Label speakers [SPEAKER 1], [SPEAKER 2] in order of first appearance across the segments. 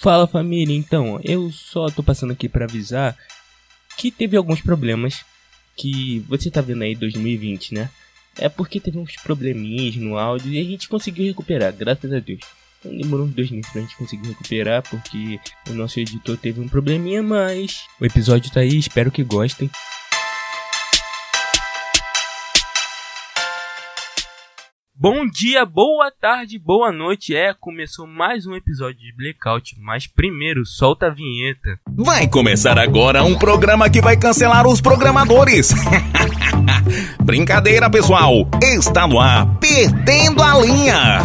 [SPEAKER 1] Fala família, então, eu só tô passando aqui pra avisar que teve alguns problemas que você tá vendo aí 2020, né? É porque teve uns probleminhas no áudio e a gente conseguiu recuperar, graças a Deus. Então, demorou uns dois meses pra gente conseguir recuperar, porque o nosso editor teve um probleminha, mas o episódio tá aí, espero que gostem. Bom dia, boa tarde, boa noite. É, começou mais um episódio de Blackout, mas primeiro solta a vinheta.
[SPEAKER 2] Vai começar agora um programa que vai cancelar os programadores. Brincadeira, pessoal. Está no ar, perdendo a linha.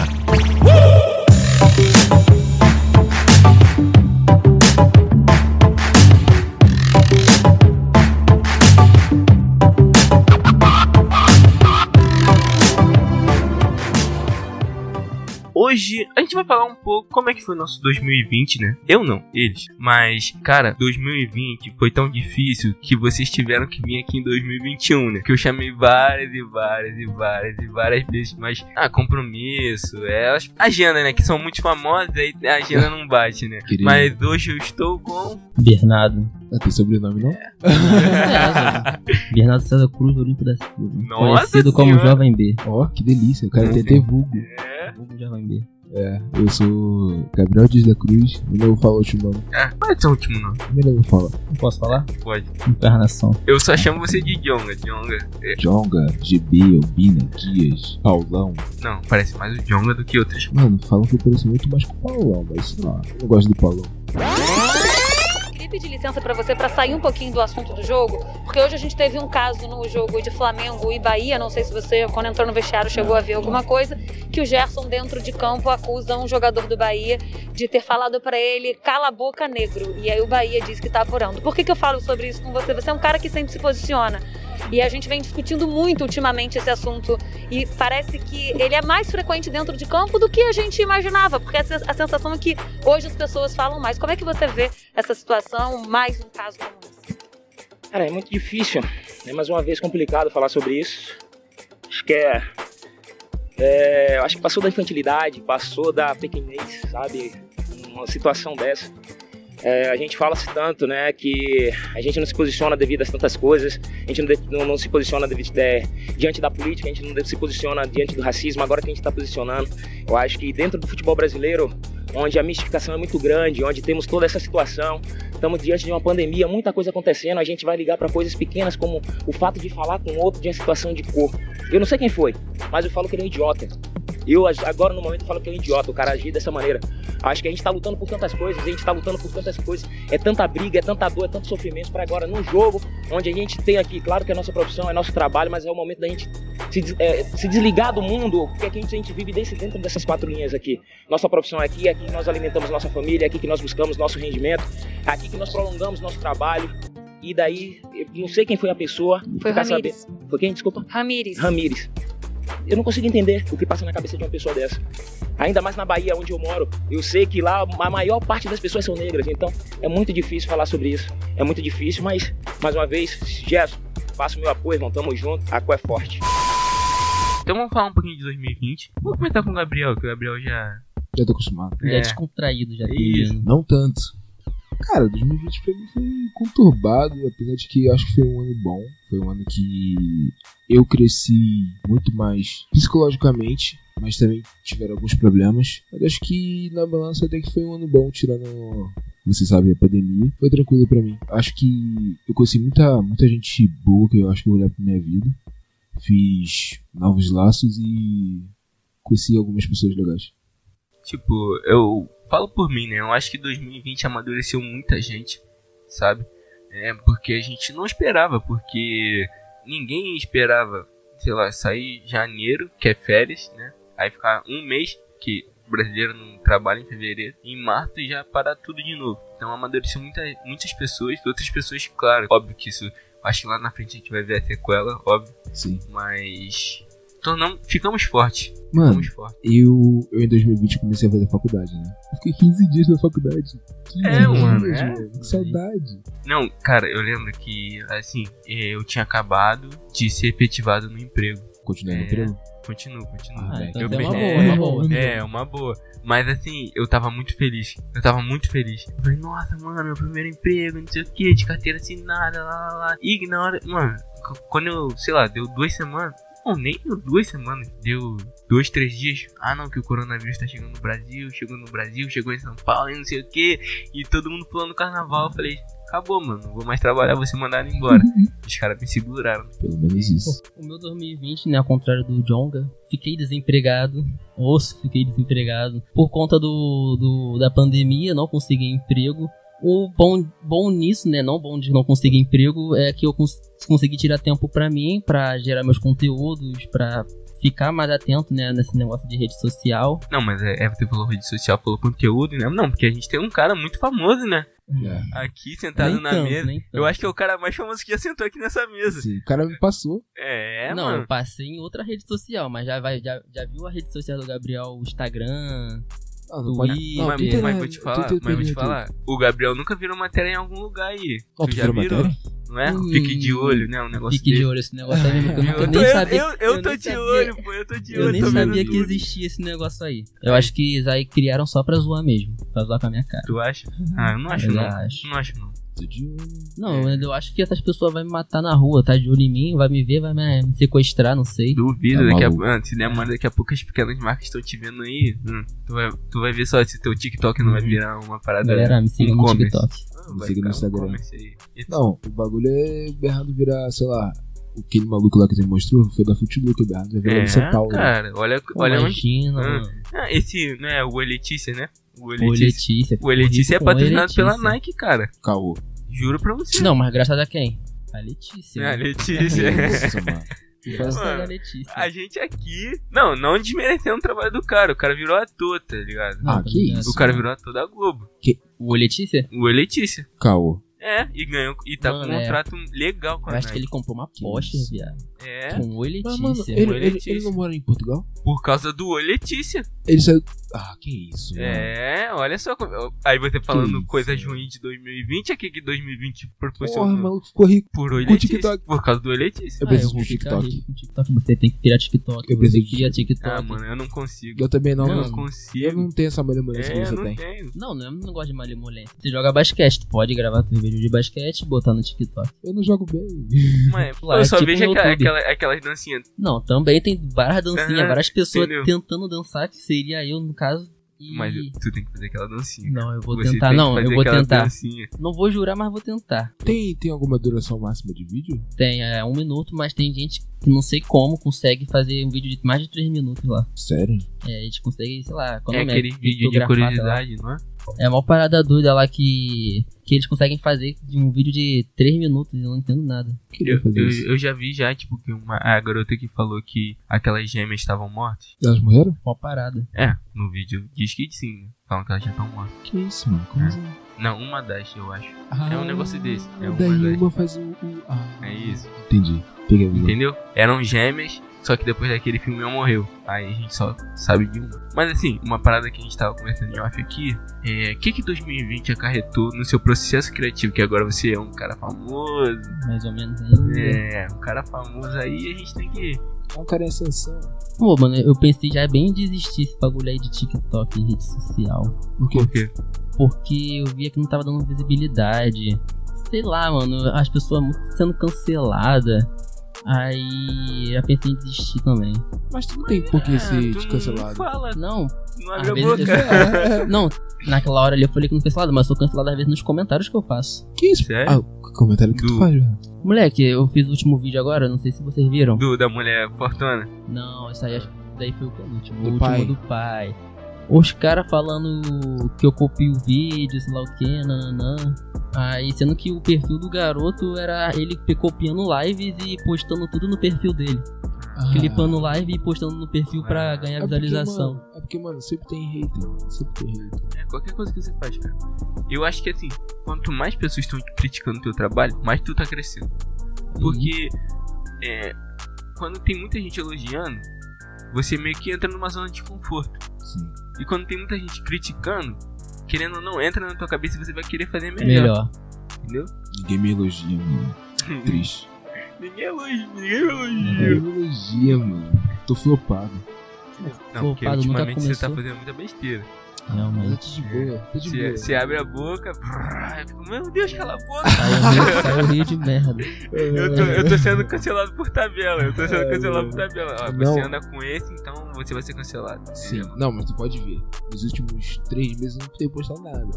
[SPEAKER 1] Hoje a gente vai falar um pouco como é que foi nosso 2020, né? Eu não, eles. Mas, cara, 2020 foi tão difícil que vocês tiveram que vir aqui em 2021, né? Que eu chamei várias e várias e várias e várias vezes, mas ah, compromisso, é as- agenda, né? Que são muito famosas, aí a agenda não bate, né?
[SPEAKER 3] Querido.
[SPEAKER 1] Mas hoje eu estou com
[SPEAKER 4] Bernardo.
[SPEAKER 3] Ah, tem sobrenome não?
[SPEAKER 4] Bernardo César Cruz Olímpio da Silva.
[SPEAKER 1] Nossa
[SPEAKER 4] conhecido como
[SPEAKER 1] Senhora.
[SPEAKER 4] Jovem B.
[SPEAKER 3] Ó, que delícia, o cara
[SPEAKER 1] Não
[SPEAKER 3] tem
[SPEAKER 1] sei.
[SPEAKER 3] até vulgo.
[SPEAKER 4] Como Jovem B.
[SPEAKER 3] É, eu sou Gabriel Dias da Cruz, eu não vou falar o último nome.
[SPEAKER 1] Ah, qual é o seu último nome?
[SPEAKER 3] Primeiro eu vou falar.
[SPEAKER 4] Não posso falar?
[SPEAKER 1] Pode.
[SPEAKER 4] Encarnação.
[SPEAKER 1] Eu só chamo você de Djonga. Djonga. É,
[SPEAKER 3] Jonga, GB, Albina, Dias, Paulão.
[SPEAKER 1] não, parece mais o Djonga do que outras.
[SPEAKER 3] Mano, falam que eu pareço muito mais com o Paulão, mas sei lá, eu não gosto do Paulão.
[SPEAKER 5] queria pedir licença pra você pra sair um pouquinho do assunto do jogo, porque hoje a gente teve um caso no jogo de Flamengo e Bahia, não sei se você, quando entrou no vestiário, chegou a ver alguma coisa, que o Gerson, dentro de campo, acusa um jogador do Bahia de ter falado pra ele, cala a boca, negro, e aí o Bahia diz que tá apurando. Por que, que eu falo sobre isso com você? Você é um cara que sempre se posiciona, e a gente vem discutindo muito ultimamente esse assunto, e parece que ele é mais frequente dentro de campo do que a gente imaginava, porque a sen- a sensação é que hoje as pessoas falam mais. Como é que você vê essa situação, mais um caso como esse.
[SPEAKER 6] Cara, é muito difícil. É mais uma vez complicado falar sobre isso. Acho que é. é, eu acho que passou da infantilidade, passou da pequenez, sabe? Uma situação dessa. É, a gente fala-se tanto, né? Que a gente não se posiciona devido a tantas coisas, a gente não, de- não- não se posiciona devido, é, diante da política, a gente não de- se posiciona diante do racismo, agora que a gente está posicionando. Eu acho que dentro do futebol brasileiro, onde a mistificação é muito grande, onde temos toda essa situação, Estamos diante de uma pandemia, muita coisa acontecendo. A gente vai ligar para coisas pequenas, como o fato de falar com outro de uma situação de cor. Eu não sei quem foi, mas eu falo que ele é um idiota. Eu ag- agora no momento falo que ele é um idiota, o cara agir dessa maneira. Acho que a gente tá lutando por tantas coisas, a gente tá lutando por tantas coisas. É tanta briga, é tanta dor, é tanto sofrimento para agora num jogo onde a gente tem aqui, claro que é nossa profissão, é nosso trabalho, mas é o momento da gente se, des- é, se desligar do mundo, porque aqui a gente, a gente vive desse, dentro dessas quatro linhas aqui. Nossa profissão é aqui, é aqui que nós alimentamos nossa família, é aqui que nós buscamos nosso rendimento aqui que nós prolongamos nosso trabalho. E daí, eu não sei quem foi a pessoa.
[SPEAKER 5] Foi o
[SPEAKER 6] pra
[SPEAKER 5] Ramires.
[SPEAKER 6] saber- Foi quem? Desculpa.
[SPEAKER 5] Ramires.
[SPEAKER 6] Ramires. Eu não consigo entender o que passa na cabeça de uma pessoa dessa. Ainda mais na Bahia, onde eu moro. Eu sei que lá a maior parte das pessoas são negras. Então, é muito difícil falar sobre isso. É muito difícil, mas, mais uma vez, Gerson, faça o meu apoio, irmão. Tamo junto. A cor é forte.
[SPEAKER 1] Então vamos falar um pouquinho de 2020. Vou começar com o Gabriel, que o Gabriel já.
[SPEAKER 3] Já tô acostumado.
[SPEAKER 4] Já
[SPEAKER 1] É.
[SPEAKER 4] descontraído, já
[SPEAKER 1] Isso.
[SPEAKER 4] tem.
[SPEAKER 3] Não tanto. Cara, 2020 pra mim foi conturbado, apesar de que eu acho que foi um ano bom. Foi um ano que eu cresci muito mais psicologicamente, mas também tiveram alguns problemas. Mas acho que na balança até que foi um ano bom, tirando, você sabe, a pandemia. Foi tranquilo pra mim. Acho que eu conheci muita, muita gente boa que eu acho que eu vou olhar pra minha vida. Fiz novos laços e conheci algumas pessoas legais.
[SPEAKER 1] Tipo, eu falo por mim, né? Eu acho que 2020 amadureceu muita gente, sabe? É, porque a gente não esperava, porque ninguém esperava, sei lá, sair janeiro, que é férias, né? Aí ficar um mês, que o brasileiro não trabalha em fevereiro, em março e já parar tudo de novo. Então amadureceu muita, muitas pessoas, outras pessoas, claro, óbvio que isso. Acho que lá na frente a gente vai ver a sequela, óbvio,
[SPEAKER 3] Sim.
[SPEAKER 1] mas. Tornamos, ficamos fortes.
[SPEAKER 3] Mano,
[SPEAKER 1] Ficamos fortes.
[SPEAKER 3] Eu, eu em 2020 comecei a fazer faculdade, né? Eu Fiquei 15 dias na faculdade. 15
[SPEAKER 1] É,
[SPEAKER 3] dias,
[SPEAKER 1] mano, é.
[SPEAKER 3] Que saudade.
[SPEAKER 1] Não, cara, eu lembro eh, que, assim, eu tinha acabado de ser efetivado no emprego.
[SPEAKER 3] Continuei
[SPEAKER 1] É.
[SPEAKER 3] no treino?
[SPEAKER 1] Continua, continua.
[SPEAKER 3] Ah,
[SPEAKER 4] Ah,
[SPEAKER 3] velho,
[SPEAKER 4] então
[SPEAKER 1] eu
[SPEAKER 4] isso é uma boa,
[SPEAKER 1] brinquei. É,
[SPEAKER 4] é uma boa.
[SPEAKER 1] uma boa. Mas assim, eu tava muito feliz. Eu tava muito feliz. Eu falei, nossa, mano, meu primeiro emprego, não sei o que, de carteira assinada, lá, lá, lá. E na hora, mano, c- quando eu, sei lá, deu duas semanas. Não, nem deu duas semanas. Deu dois, três dias. Ah, não, que o coronavírus tá chegando no Brasil, chegou no Brasil, chegou em São Paulo e não sei o que. E todo mundo pulando carnaval. Eu falei, acabou, mano, não vou mais trabalhar, vou ser mandado embora. Os caras me seguraram.
[SPEAKER 3] Pelo menos isso.
[SPEAKER 4] O meu 2020, né, ao contrário do Jonga, fiquei desempregado. Osso, fiquei desempregado. Por conta do, do- da pandemia, não consegui emprego. O bom, bom nisso, né, não bom de não conseguir emprego, é que eu cons- consegui tirar tempo pra mim, pra gerar meus conteúdos, pra ficar mais atento, né, nesse negócio de rede social.
[SPEAKER 1] Não, mas é, é, você falou rede social, falou conteúdo, né? Não, porque a gente tem um cara muito famoso, né?
[SPEAKER 3] É.
[SPEAKER 1] Aqui sentado
[SPEAKER 4] Nem
[SPEAKER 1] Tá na
[SPEAKER 4] tanto,
[SPEAKER 1] mesa.
[SPEAKER 4] nem
[SPEAKER 1] Eu
[SPEAKER 4] tanto.
[SPEAKER 1] acho que é o cara mais famoso que já sentou aqui nessa mesa.
[SPEAKER 3] Assim, o cara me passou.
[SPEAKER 1] É,
[SPEAKER 4] não,
[SPEAKER 1] mano.
[SPEAKER 4] eu passei em outra rede social, mas já, vai, já, já viu a rede social do Gabriel, o Instagram,
[SPEAKER 3] Ah, não pode.
[SPEAKER 4] Twitter.
[SPEAKER 3] Não,
[SPEAKER 1] mas,
[SPEAKER 3] Twitter
[SPEAKER 1] mas
[SPEAKER 3] é-
[SPEAKER 1] vou te falar,
[SPEAKER 3] Twitter
[SPEAKER 1] mas vou te
[SPEAKER 3] permite
[SPEAKER 1] falar. O Gabriel nunca virou matéria em algum lugar aí.
[SPEAKER 3] Ó,
[SPEAKER 1] tu
[SPEAKER 3] tu
[SPEAKER 1] já
[SPEAKER 3] virou
[SPEAKER 1] virou?
[SPEAKER 3] matéria?
[SPEAKER 1] Não é?
[SPEAKER 4] Hum.
[SPEAKER 1] Fique de olho, né? Um negócio
[SPEAKER 4] Fique de
[SPEAKER 1] desse.
[SPEAKER 4] olho esse negócio aí mesmo, que eu nunca
[SPEAKER 1] Eu, tô,
[SPEAKER 4] nem
[SPEAKER 1] eu,
[SPEAKER 4] sabia.
[SPEAKER 1] eu, eu
[SPEAKER 4] eu
[SPEAKER 1] tô
[SPEAKER 4] nem
[SPEAKER 1] de
[SPEAKER 4] sabia-
[SPEAKER 1] olho, pô. Eu tô de olho.
[SPEAKER 4] Eu nem
[SPEAKER 1] tô vendo
[SPEAKER 4] sabia que
[SPEAKER 1] tudo.
[SPEAKER 4] existia esse negócio aí. Eu acho que eles aí criaram só pra zoar mesmo. Pra zoar com a minha cara.
[SPEAKER 1] Tu acha? Ah, eu não acho
[SPEAKER 4] Eu
[SPEAKER 1] não. É.
[SPEAKER 4] acho.
[SPEAKER 1] Não acho não.
[SPEAKER 3] Tô de olho.
[SPEAKER 4] Não, eu- eu acho que essas pessoas vão me matar na rua, tá de olho em mim, vai me ver, vai me me sequestrar, não sei.
[SPEAKER 1] Duvido,
[SPEAKER 3] Tá
[SPEAKER 1] daqui a,
[SPEAKER 3] maluco.
[SPEAKER 1] ah, se demora, daqui a pouco as pequenas marcas estão te vendo aí. Hum, tu, vai, tu vai ver só se teu TikTok não vai virar uma parada.
[SPEAKER 4] Uhum. Galera, me siga no
[SPEAKER 1] e-commerce.
[SPEAKER 4] TikTok.
[SPEAKER 1] Ah,
[SPEAKER 3] Me
[SPEAKER 1] vai
[SPEAKER 3] siga no
[SPEAKER 1] ficar um
[SPEAKER 3] Instagram.
[SPEAKER 1] e-commerce aí. E tu-
[SPEAKER 3] Não, o bagulho é Bernardo virar, sei lá, aquele maluco lá que você mostrou foi da Futiluca, Bernardo vai virar
[SPEAKER 1] É,
[SPEAKER 3] de São Paulo.
[SPEAKER 1] cara, olha,
[SPEAKER 4] Pô,
[SPEAKER 1] olha onde.
[SPEAKER 4] Imagina,
[SPEAKER 1] Ah,
[SPEAKER 4] mano.
[SPEAKER 1] Ah, esse, né? O Eletícia, né? O
[SPEAKER 4] O
[SPEAKER 1] Eletícia.
[SPEAKER 4] Letícia.
[SPEAKER 1] O Eletícia é
[SPEAKER 4] ficou rico com o
[SPEAKER 1] patrocinado pela
[SPEAKER 4] Letícia.
[SPEAKER 1] Nike, cara.
[SPEAKER 3] Caô.
[SPEAKER 1] Juro pra você.
[SPEAKER 4] Não, mas graças a quem? A Letícia.
[SPEAKER 1] É,
[SPEAKER 4] né?
[SPEAKER 1] Letícia.
[SPEAKER 3] Nossa, mano.
[SPEAKER 4] Graças
[SPEAKER 1] Mano,
[SPEAKER 4] a Letícia.
[SPEAKER 1] A gente aqui. Não, não desmerecendo o trabalho do cara. O cara virou ator, tá ligado?
[SPEAKER 4] Não,
[SPEAKER 3] Ah,
[SPEAKER 4] tá
[SPEAKER 3] que
[SPEAKER 4] ligado?
[SPEAKER 3] isso.
[SPEAKER 1] O cara virou ator da Globo.
[SPEAKER 4] O Letícia?
[SPEAKER 1] O Eletícia.
[SPEAKER 3] Caô.
[SPEAKER 1] É, e ganhou. E tá com
[SPEAKER 4] Mano,
[SPEAKER 1] um
[SPEAKER 4] é.
[SPEAKER 1] contrato legal com
[SPEAKER 4] Eu
[SPEAKER 1] a
[SPEAKER 4] acho que
[SPEAKER 1] Nike.
[SPEAKER 4] ele comprou uma Porsche,
[SPEAKER 3] isso.
[SPEAKER 4] viado.
[SPEAKER 1] É,
[SPEAKER 4] Com o Letícia.
[SPEAKER 3] Mas, mano,
[SPEAKER 4] mano.
[SPEAKER 3] ele, ele,
[SPEAKER 1] Letícia.
[SPEAKER 3] ele não mora em Portugal?
[SPEAKER 1] por causa do Eletícia.
[SPEAKER 3] Ele saiu. Ah, que isso, mano.
[SPEAKER 1] É, olha só. como- Aí você falando
[SPEAKER 3] isso,
[SPEAKER 1] coisas
[SPEAKER 3] mano.
[SPEAKER 1] ruins de 2020, aqui é que 2020
[SPEAKER 3] Porra,
[SPEAKER 1] proporcionou.
[SPEAKER 3] o maluco ficou rico.
[SPEAKER 1] Por
[SPEAKER 3] Com o
[SPEAKER 1] Oletícia.
[SPEAKER 3] TikTok.
[SPEAKER 1] Por causa do Oletícia.
[SPEAKER 3] Eu
[SPEAKER 4] Ah, eu
[SPEAKER 3] preciso
[SPEAKER 4] vou
[SPEAKER 3] de um
[SPEAKER 4] ficar
[SPEAKER 3] TikTok.
[SPEAKER 4] rico com TikTok. Você tem que criar TikTok.
[SPEAKER 3] Eu
[SPEAKER 4] Você
[SPEAKER 3] preciso de
[SPEAKER 4] cria TikTok.
[SPEAKER 1] Ah, mano, eu não consigo.
[SPEAKER 3] Eu também não,
[SPEAKER 1] eu não
[SPEAKER 3] mano. Eu
[SPEAKER 4] um
[SPEAKER 1] consigo.
[SPEAKER 3] não tenho essa malemolência
[SPEAKER 1] É,
[SPEAKER 3] que
[SPEAKER 1] eu
[SPEAKER 3] você
[SPEAKER 1] não
[SPEAKER 3] tem.
[SPEAKER 1] tenho.
[SPEAKER 4] Não, não é um negócio de malemolência. Você joga basquete, tu pode gravar teu vídeo de basquete e botar no TikTok.
[SPEAKER 3] Eu não jogo bem.
[SPEAKER 1] Mas, pô,
[SPEAKER 4] Lá,
[SPEAKER 1] eu só
[SPEAKER 4] tipo
[SPEAKER 1] vejo
[SPEAKER 4] no
[SPEAKER 1] aquela,
[SPEAKER 4] YouTube.
[SPEAKER 1] aquela- aquelas dancinhas.
[SPEAKER 4] Não, também tem várias dancinhas,
[SPEAKER 1] Aham,
[SPEAKER 4] várias pessoas
[SPEAKER 1] entendeu.
[SPEAKER 4] tentando dançar, que seria eu no caso. E...
[SPEAKER 1] Mas tu tem que fazer aquela dancinha.
[SPEAKER 4] Não, eu vou
[SPEAKER 1] Você
[SPEAKER 4] tentar,
[SPEAKER 1] tem que
[SPEAKER 4] não, eu
[SPEAKER 1] fazer
[SPEAKER 4] vou
[SPEAKER 1] aquela
[SPEAKER 4] tentar.
[SPEAKER 1] dancinha.
[SPEAKER 4] Não vou jurar, mas vou tentar.
[SPEAKER 3] Tem, tem alguma duração máxima de vídeo?
[SPEAKER 4] Tem é, um minuto, mas tem gente que não sei como consegue fazer um vídeo de mais de três minutos lá.
[SPEAKER 3] Sério?
[SPEAKER 4] É, a gente consegue, sei lá, quando
[SPEAKER 1] É aquele vídeo de curiosidade, não é?
[SPEAKER 4] É uma parada doida lá que, que eles conseguem fazer de um vídeo de três minutos e eu não entendo nada.
[SPEAKER 3] Queria
[SPEAKER 1] Eu,
[SPEAKER 3] fazer
[SPEAKER 1] eu-
[SPEAKER 3] isso.
[SPEAKER 1] eu já vi já, tipo, que uma, a garota que falou que aquelas gêmeas estavam mortas.
[SPEAKER 3] Elas morreram?
[SPEAKER 4] Uma parada.
[SPEAKER 1] É, no vídeo diz que sim. né? Falam que elas já estão mortas.
[SPEAKER 3] Que isso, mano? Como
[SPEAKER 1] É.
[SPEAKER 3] assim?
[SPEAKER 1] Não, uma das, eu acho.
[SPEAKER 3] Ah,
[SPEAKER 1] É um negócio desse. É uma
[SPEAKER 3] daí
[SPEAKER 1] das.
[SPEAKER 3] uma faz o. o- ah,
[SPEAKER 1] É isso.
[SPEAKER 3] Entendi. Peguei a visão.
[SPEAKER 1] Entendeu? Eram gêmeas, só que depois daquele filme eu morreu. Aí a gente só sabe de uma. Mas assim, uma parada que a gente tava conversando em off aqui é o que, que 2020 acarretou no seu processo criativo, que agora você é um cara famoso.
[SPEAKER 4] Mais ou menos né? ainda.
[SPEAKER 1] É, um cara famoso aí a gente tem que.
[SPEAKER 3] É um cara em ascensão.
[SPEAKER 4] Pô, mano, eu pensei já bem em desistir esse bagulho aí de TikTok e rede social.
[SPEAKER 3] Por quê?
[SPEAKER 1] Por quê?
[SPEAKER 4] Porque eu via que não tava dando visibilidade. Sei lá, mano, as pessoas muito sendo canceladas. Aí já pensei em desistir também.
[SPEAKER 3] Mas tu não tem um por que ser
[SPEAKER 1] Ah, tu Não
[SPEAKER 3] descancelado.
[SPEAKER 1] fala,
[SPEAKER 4] Não,
[SPEAKER 1] não
[SPEAKER 4] às
[SPEAKER 1] abre a
[SPEAKER 4] vezes
[SPEAKER 3] É,
[SPEAKER 4] eu
[SPEAKER 1] boca.
[SPEAKER 4] sou- Não, naquela hora ali eu falei que não fui cancelado, mas sou cancelado às vezes nos comentários que eu faço.
[SPEAKER 3] Que isso?
[SPEAKER 1] Sério?
[SPEAKER 3] Ah, o comentário que
[SPEAKER 1] Do-
[SPEAKER 3] tu faz, velho.
[SPEAKER 4] Moleque, eu fiz o último vídeo agora, não sei se vocês viram.
[SPEAKER 1] Do, da mulher fortuna.
[SPEAKER 4] Não, isso aí acho que daí foi o penúltimo.
[SPEAKER 3] Do
[SPEAKER 4] o último
[SPEAKER 3] pai.
[SPEAKER 4] do pai. Os caras falando que eu copiei o vídeo, sei lá o que, nananã. Aí, sendo que o perfil do garoto era ele copiando lives e postando tudo no perfil dele.
[SPEAKER 3] Ah,
[SPEAKER 4] Clipando live e postando no perfil pra
[SPEAKER 1] Ah.
[SPEAKER 4] ganhar
[SPEAKER 3] é porque,
[SPEAKER 4] visualização.
[SPEAKER 3] mano, é porque, mano, sempre tem hater, mano. Sempre tem hater.
[SPEAKER 1] É qualquer coisa que você faz, cara. Eu acho que assim, quanto mais pessoas estão criticando o teu trabalho, mais tu tá crescendo. Porque é, quando tem muita gente elogiando, você meio que entra numa zona de conforto.
[SPEAKER 3] Sim.
[SPEAKER 1] E quando tem muita gente criticando, querendo ou não, entra na tua cabeça e você vai querer fazer
[SPEAKER 3] é.
[SPEAKER 1] melhor,
[SPEAKER 4] Melhor.
[SPEAKER 1] entendeu?
[SPEAKER 3] Ninguém me elogia, mano. Triste.
[SPEAKER 1] ninguém elogia, ninguém elogia.
[SPEAKER 3] Ninguém me elogia, mano. tô flopado.
[SPEAKER 1] Não, porque
[SPEAKER 4] Flopado, nunca
[SPEAKER 1] ultimamente você tá
[SPEAKER 4] começou.
[SPEAKER 1] fazendo muita besteira.
[SPEAKER 3] Mas eu
[SPEAKER 4] Realmente.
[SPEAKER 3] tô de boa, tô de
[SPEAKER 1] Você,
[SPEAKER 3] boa.
[SPEAKER 1] você abre a boca. brrr, eu fico, Meu Deus, cala a boca.
[SPEAKER 4] Saiu, saiu rio de merda.
[SPEAKER 1] Eu tô, eu tô sendo cancelado por tabela. Eu tô sendo
[SPEAKER 3] É,
[SPEAKER 1] cancelado por tabela. Ó,
[SPEAKER 3] não.
[SPEAKER 1] você anda com esse, então você vai ser cancelado.
[SPEAKER 3] Sim, não, mas tu pode ver. Nos últimos três meses eu não tenho postado nada.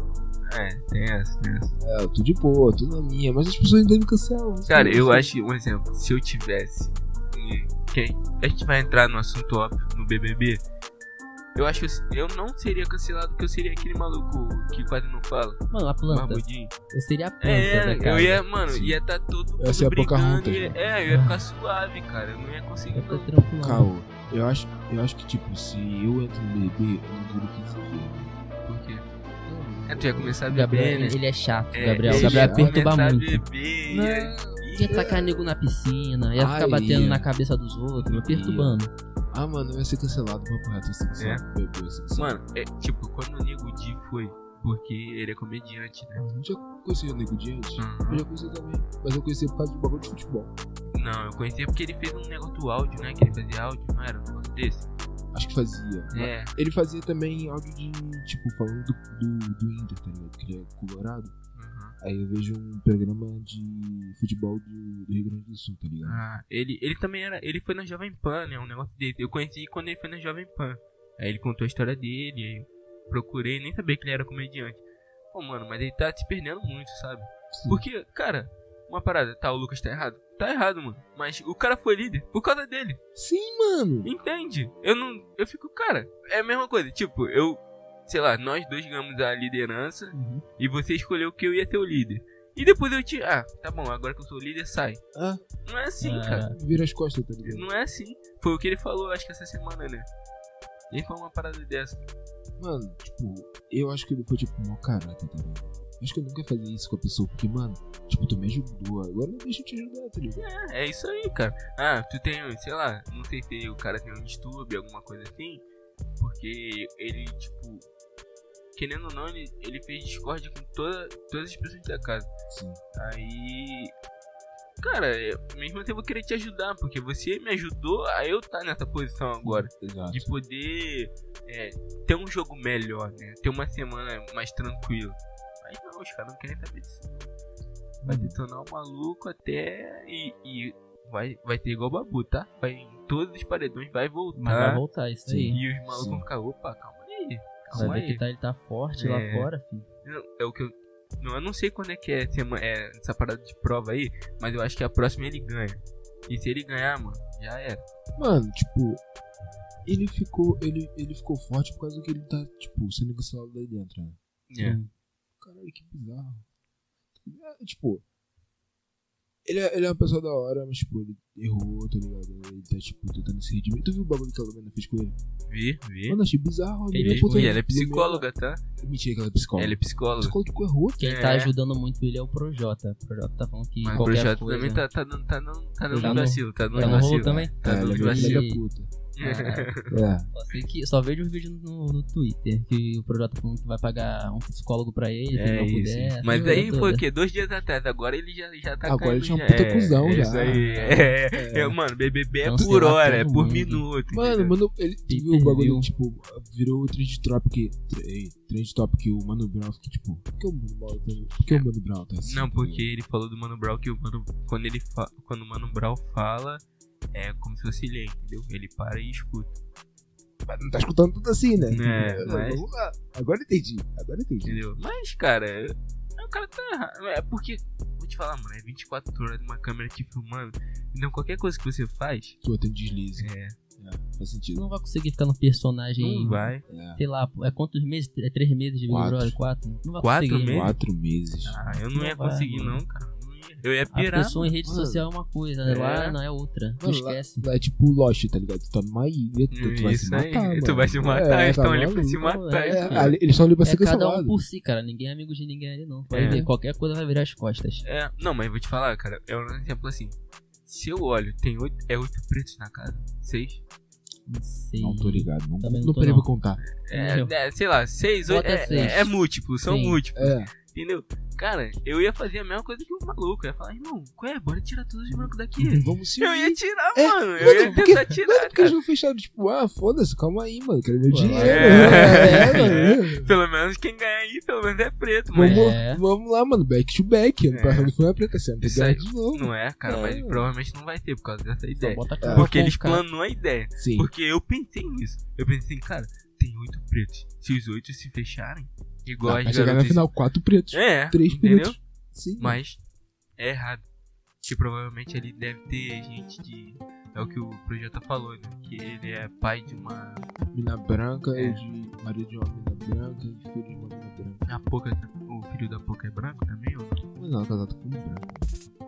[SPEAKER 1] É, tem essa, tem essa.
[SPEAKER 3] É, eu tô de boa, tô na minha, mas as pessoas ainda me cancelam.
[SPEAKER 1] Cara, eu acho que, um exemplo, se eu tivesse. e Quem? A gente vai entrar no assunto óbvio, no BBB. Eu acho que eu se- eu não seria cancelado, porque eu seria aquele maluco que quase não fala.
[SPEAKER 4] Mano, a planta.
[SPEAKER 1] Barbudinho.
[SPEAKER 4] Eu seria a planta né,
[SPEAKER 1] É,
[SPEAKER 4] da
[SPEAKER 1] eu
[SPEAKER 4] casa.
[SPEAKER 1] ia, mano,
[SPEAKER 3] Sim.
[SPEAKER 1] ia estar tá todo
[SPEAKER 3] Essa
[SPEAKER 1] mundo
[SPEAKER 3] é a
[SPEAKER 1] brigando.
[SPEAKER 3] Pocahontas,
[SPEAKER 1] ia-
[SPEAKER 3] né?
[SPEAKER 1] é, eu ia ficar suave, cara. Eu não ia conseguir.
[SPEAKER 4] Eu tô
[SPEAKER 1] não.
[SPEAKER 4] tranquilo.
[SPEAKER 3] Caô, eu acho, eu acho que, tipo, se eu entro no BBB, eu não duro 15 dias.
[SPEAKER 1] Por quê? É, tu ia começar a
[SPEAKER 4] O
[SPEAKER 1] beber,
[SPEAKER 4] Gabriel,
[SPEAKER 1] né?
[SPEAKER 4] ele é chato,
[SPEAKER 1] É,
[SPEAKER 4] Gabriel. O
[SPEAKER 1] ele
[SPEAKER 4] Gabriel
[SPEAKER 3] ia
[SPEAKER 4] perturba
[SPEAKER 1] começar a
[SPEAKER 4] muito.
[SPEAKER 1] beber, é, ia-
[SPEAKER 4] Ia tacar nego na piscina, ia ficar
[SPEAKER 3] Ai,
[SPEAKER 4] batendo
[SPEAKER 3] ia.
[SPEAKER 4] na cabeça dos outros,
[SPEAKER 3] Ia.
[SPEAKER 4] perturbando.
[SPEAKER 3] Ah, mano, vai ser cancelado, papo reto, vai ser cancelado. BBB, vai ser cancelado.
[SPEAKER 1] Mano, é tipo, quando o Nego Di foi, porque ele é comediante, né?
[SPEAKER 3] Eu já conhecia o Nego Diante? Eu já conhecia também, mas eu conhecia por causa de bagulho de futebol.
[SPEAKER 1] Não, eu conhecia porque ele fez um negócio do áudio, né? Que ele fazia áudio, não era um negócio desse?
[SPEAKER 3] Acho que fazia.
[SPEAKER 1] É,
[SPEAKER 3] Ele fazia também áudio de, tipo, falando do, do, do Inter, tá ligado? Que ele é colorado.
[SPEAKER 1] uhum.
[SPEAKER 3] Aí eu vejo um programa de futebol do, do Rio Grande do Sul, tá ligado?
[SPEAKER 1] Ah, ele, ele também era. Ele foi na Jovem Pan, né? Um negócio dele. Eu conheci quando ele foi na Jovem Pan. Aí ele contou a história dele, aí eu procurei, nem sabia que ele era comediante. Pô, mano, mas ele tá se perdendo muito, sabe?
[SPEAKER 3] Sim.
[SPEAKER 1] Porque, cara, uma parada, tá, o Lucas tá errado. Tá errado, mano. Mas o cara foi líder por causa dele.
[SPEAKER 3] Sim, mano!
[SPEAKER 1] Entende? Eu não. Eu fico, cara, é a mesma coisa. Tipo, eu. Sei lá, nós dois ganhamos a liderança
[SPEAKER 4] Uhum.
[SPEAKER 1] e você escolheu que eu ia ser o líder. E depois eu te. Ah, tá bom, agora que eu sou o líder, sai.
[SPEAKER 3] Ah.
[SPEAKER 1] Não é assim,
[SPEAKER 4] Ah.
[SPEAKER 1] cara.
[SPEAKER 3] Vira as costas, tá ligado?
[SPEAKER 1] Não é assim. Foi o que ele falou, acho que essa semana, né? Ele falou uma parada dessa.
[SPEAKER 3] Mano, tipo, eu acho que ele foi, tipo, mau caráter, tá ligado? Acho que eu nunca ia fazer isso com a pessoa, porque, mano, tipo, tu me ajudou, agora deixa eu te ajudar, tá ligado?
[SPEAKER 1] É, é isso aí, cara. Ah, tu tem, sei lá, não sei se o cara tem um distúrbio, alguma coisa assim. Porque ele, tipo. Querendo ou não, ele, ele fez discórdia com toda, todas as pessoas da casa.
[SPEAKER 3] Sim.
[SPEAKER 1] Aí. Cara, eu, mesmo assim eu vou querer te ajudar, porque você me ajudou a eu estar nessa posição agora.
[SPEAKER 3] Exato.
[SPEAKER 1] De poder é, ter um jogo melhor, né? Ter uma semana mais tranquila. Mas não, os caras não querem saber disso. Vai detonar o maluco até. E, e vai, vai ter igual o Babu, tá? Vai em todos os paredões, vai voltar.
[SPEAKER 4] Mas vai voltar isso aí.
[SPEAKER 1] e os malucos
[SPEAKER 3] Sim.
[SPEAKER 1] vão ficar, opa, calma aí.
[SPEAKER 4] Vai
[SPEAKER 1] Calma
[SPEAKER 4] ver
[SPEAKER 1] aí.
[SPEAKER 4] que tá, ele tá forte lá
[SPEAKER 1] É.
[SPEAKER 4] fora, filho.
[SPEAKER 1] Não, É o que eu. Não, eu não sei quando é que é, sema- é essa parada de prova aí, mas eu acho que a próxima ele ganha. E se ele ganhar, mano, já era.
[SPEAKER 3] Mano, tipo, ele ficou, ele, ele ficou forte por causa que ele tá, tipo, sendo cancelado daí dentro, né?
[SPEAKER 1] É.
[SPEAKER 3] Caralho, que bizarro. É, tipo, ele é, ele é uma pessoa da hora, mas, tipo, ele errou, tá ligado? Ele tá, tipo, tentando se redimir. Tu viu o bagulho que a Lumena fez com ele?
[SPEAKER 1] Vi, vi.
[SPEAKER 3] Mano, achei bizarro. a
[SPEAKER 4] Ele-
[SPEAKER 3] mina,
[SPEAKER 1] vi.
[SPEAKER 3] puta,
[SPEAKER 1] E ela é
[SPEAKER 3] Lumena-
[SPEAKER 1] psicóloga, tá?
[SPEAKER 3] Mentira que ela é psicóloga.
[SPEAKER 1] Ela é psicóloga.
[SPEAKER 3] psicólogo que errou,
[SPEAKER 4] Quem
[SPEAKER 1] É.
[SPEAKER 4] tá ajudando muito ele é o Projota. O Projota tá falando que
[SPEAKER 1] Mas o
[SPEAKER 4] qualquer
[SPEAKER 1] projeto
[SPEAKER 4] coisa...
[SPEAKER 1] também tá, tá dando, tá dando, tá dando
[SPEAKER 4] Tá no-
[SPEAKER 1] vacilo, tá dando
[SPEAKER 4] Tá no rolo
[SPEAKER 1] vacilo.
[SPEAKER 4] também?
[SPEAKER 1] Tá
[SPEAKER 3] é, ela
[SPEAKER 1] dando
[SPEAKER 3] é
[SPEAKER 4] vacilo.
[SPEAKER 3] filha da puta.
[SPEAKER 4] Ah,
[SPEAKER 3] É.
[SPEAKER 4] só sei que- só vejo os vídeos no, no Twitter, que o Projota falando que vai pagar um psicólogo pra ele, se ele
[SPEAKER 1] É
[SPEAKER 4] não
[SPEAKER 1] isso.
[SPEAKER 4] puder. essa
[SPEAKER 1] Mas
[SPEAKER 4] coisa
[SPEAKER 1] aí
[SPEAKER 4] toda.
[SPEAKER 1] foi o quê? Dois dias atrás. Agora ele já, já tá
[SPEAKER 3] Agora
[SPEAKER 1] caindo.
[SPEAKER 3] ele tinha um
[SPEAKER 1] já.
[SPEAKER 3] puta
[SPEAKER 1] é,
[SPEAKER 3] cuzão já.
[SPEAKER 1] Isso aí. É, é, mano, BBB é
[SPEAKER 4] Cancelar
[SPEAKER 1] por hora, é
[SPEAKER 4] todo
[SPEAKER 1] por
[SPEAKER 4] mundo.
[SPEAKER 1] minuto.
[SPEAKER 3] Mano,
[SPEAKER 1] entendeu?
[SPEAKER 3] mano, ele tu viu o bagulho, tipo, virou o trend topic, tre- trend topic o Mano Brown fica tipo, por que o Mano Brown tá, por que o Mano Brown tá assim?
[SPEAKER 1] Não, porque ele falou do Mano Brown que o Mano, quando, ele fa- quando o Mano Brown fala, é como se fosse ele, entendeu? Ele para e escuta.
[SPEAKER 3] Mas não tá escutando tudo assim, né?
[SPEAKER 1] É,
[SPEAKER 3] Mas
[SPEAKER 1] mas-
[SPEAKER 3] Vamos lá. Agora entendi, agora entendi.
[SPEAKER 1] Entendeu? Mas, cara, eu- o cara tá errado. É porque, vou te falar, mano, é 24 horas de uma câmera te filmando. Então qualquer coisa que você faz,
[SPEAKER 3] Tu tem deslize,
[SPEAKER 1] é,
[SPEAKER 3] faz
[SPEAKER 4] Tu
[SPEAKER 3] sentido.
[SPEAKER 4] não vai conseguir ficar no personagem,
[SPEAKER 1] não vai.
[SPEAKER 3] É,
[SPEAKER 4] sei lá, é quantos meses? É três meses de Big
[SPEAKER 3] Quatro.
[SPEAKER 4] Brother? Quatro? Não vai
[SPEAKER 1] Quatro
[SPEAKER 4] conseguir,
[SPEAKER 1] meses?
[SPEAKER 3] quatro meses.
[SPEAKER 1] Ah, eu não,
[SPEAKER 4] Não
[SPEAKER 1] ia
[SPEAKER 4] vai,
[SPEAKER 1] conseguir,
[SPEAKER 4] mano.
[SPEAKER 1] não, cara. Não ia. Eu ia
[SPEAKER 4] A
[SPEAKER 1] pirar.
[SPEAKER 4] pessoa em rede
[SPEAKER 3] mano.
[SPEAKER 4] social é uma coisa, né?
[SPEAKER 1] É.
[SPEAKER 4] lá não é outra. Não
[SPEAKER 3] Mano, lá-
[SPEAKER 4] esquece.
[SPEAKER 3] Lá é tipo Lost, tá ligado? Tu tá numa ilha, tu, tu vai
[SPEAKER 1] Isso
[SPEAKER 3] se matar,
[SPEAKER 1] aí,
[SPEAKER 3] mano.
[SPEAKER 1] tu vai se matar, eles
[SPEAKER 3] tá
[SPEAKER 1] estão ali pra
[SPEAKER 3] maluco,
[SPEAKER 1] se matar.
[SPEAKER 3] É,
[SPEAKER 1] isso.
[SPEAKER 3] ali- eles estão ali pra
[SPEAKER 4] É
[SPEAKER 3] ser
[SPEAKER 4] cada um
[SPEAKER 3] cancelados.
[SPEAKER 4] por si, cara. Ninguém é amigo de ninguém ali, não. Vai
[SPEAKER 1] É.
[SPEAKER 4] ver, qualquer coisa vai virar as costas.
[SPEAKER 1] É, não, mas eu vou te falar, cara. É um exemplo assim. Se eu olho, tem oito, é oito pretos na casa. Seis?
[SPEAKER 4] Não sei.
[SPEAKER 3] Não tô ligado, não,
[SPEAKER 4] Também não
[SPEAKER 3] não
[SPEAKER 4] tô,
[SPEAKER 3] parei
[SPEAKER 4] não.
[SPEAKER 3] pra contar.
[SPEAKER 1] É,
[SPEAKER 4] Entendeu?
[SPEAKER 1] é, sei lá, seis, oito.
[SPEAKER 4] Bota
[SPEAKER 1] É,
[SPEAKER 4] seis.
[SPEAKER 1] é múltiplo, são
[SPEAKER 4] Sim.
[SPEAKER 1] múltiplos.
[SPEAKER 3] É,
[SPEAKER 1] Entendeu? Cara, eu ia fazer a mesma coisa que o maluco. Eu ia falar, irmão, qual é? Bora tirar todos os brancos daqui.
[SPEAKER 3] Então Vamos se
[SPEAKER 1] Eu
[SPEAKER 3] unir.
[SPEAKER 1] ia tirar,
[SPEAKER 3] É,
[SPEAKER 1] mano.
[SPEAKER 3] mano,
[SPEAKER 1] Eu ia
[SPEAKER 3] porque-
[SPEAKER 1] tentar
[SPEAKER 3] Mano,
[SPEAKER 1] tirar,
[SPEAKER 3] porque
[SPEAKER 1] cara.
[SPEAKER 3] eles não fecharam, tipo, ah, foda-se, calma aí, mano, quero meu dinheiro.
[SPEAKER 1] É.
[SPEAKER 3] É, mano.
[SPEAKER 1] Pelo menos quem ganhar aí, pelo menos é preto, mas.
[SPEAKER 3] Vamos,
[SPEAKER 4] É.
[SPEAKER 3] vamos lá, mano, back to back. Ano
[SPEAKER 1] É.
[SPEAKER 3] passado foi uma preta, sendo
[SPEAKER 1] Isso
[SPEAKER 3] guerra
[SPEAKER 1] aí.
[SPEAKER 3] de novo.
[SPEAKER 1] Não é, cara, mas provavelmente não vai ter por causa dessa
[SPEAKER 4] Só
[SPEAKER 1] ideia.
[SPEAKER 4] bota aqui
[SPEAKER 3] É.
[SPEAKER 4] na
[SPEAKER 1] Porque
[SPEAKER 4] ponta,
[SPEAKER 1] eles
[SPEAKER 4] cara.
[SPEAKER 1] planou a ideia.
[SPEAKER 3] Sim.
[SPEAKER 1] Porque eu pensei nisso. Eu pensei, assim, cara, tem oito pretos. Se os oito se fecharem, igual
[SPEAKER 3] Ah, vai
[SPEAKER 1] as
[SPEAKER 3] chegar na
[SPEAKER 1] garotas.
[SPEAKER 3] final, quatro pretos.
[SPEAKER 1] É,
[SPEAKER 3] três
[SPEAKER 1] entendeu?
[SPEAKER 3] pretos. Sim.
[SPEAKER 1] Mas é errado. Que provavelmente ali deve ter gente de. É o que o Projota falou, né? Que ele é pai de uma.
[SPEAKER 3] Mina branca,
[SPEAKER 1] É.
[SPEAKER 3] eu de marido de uma mina branca, e filho de uma mina branca.
[SPEAKER 1] A Poca, o filho da Poca é branco também? Ou não?
[SPEAKER 3] Mas ela é casada com um branco.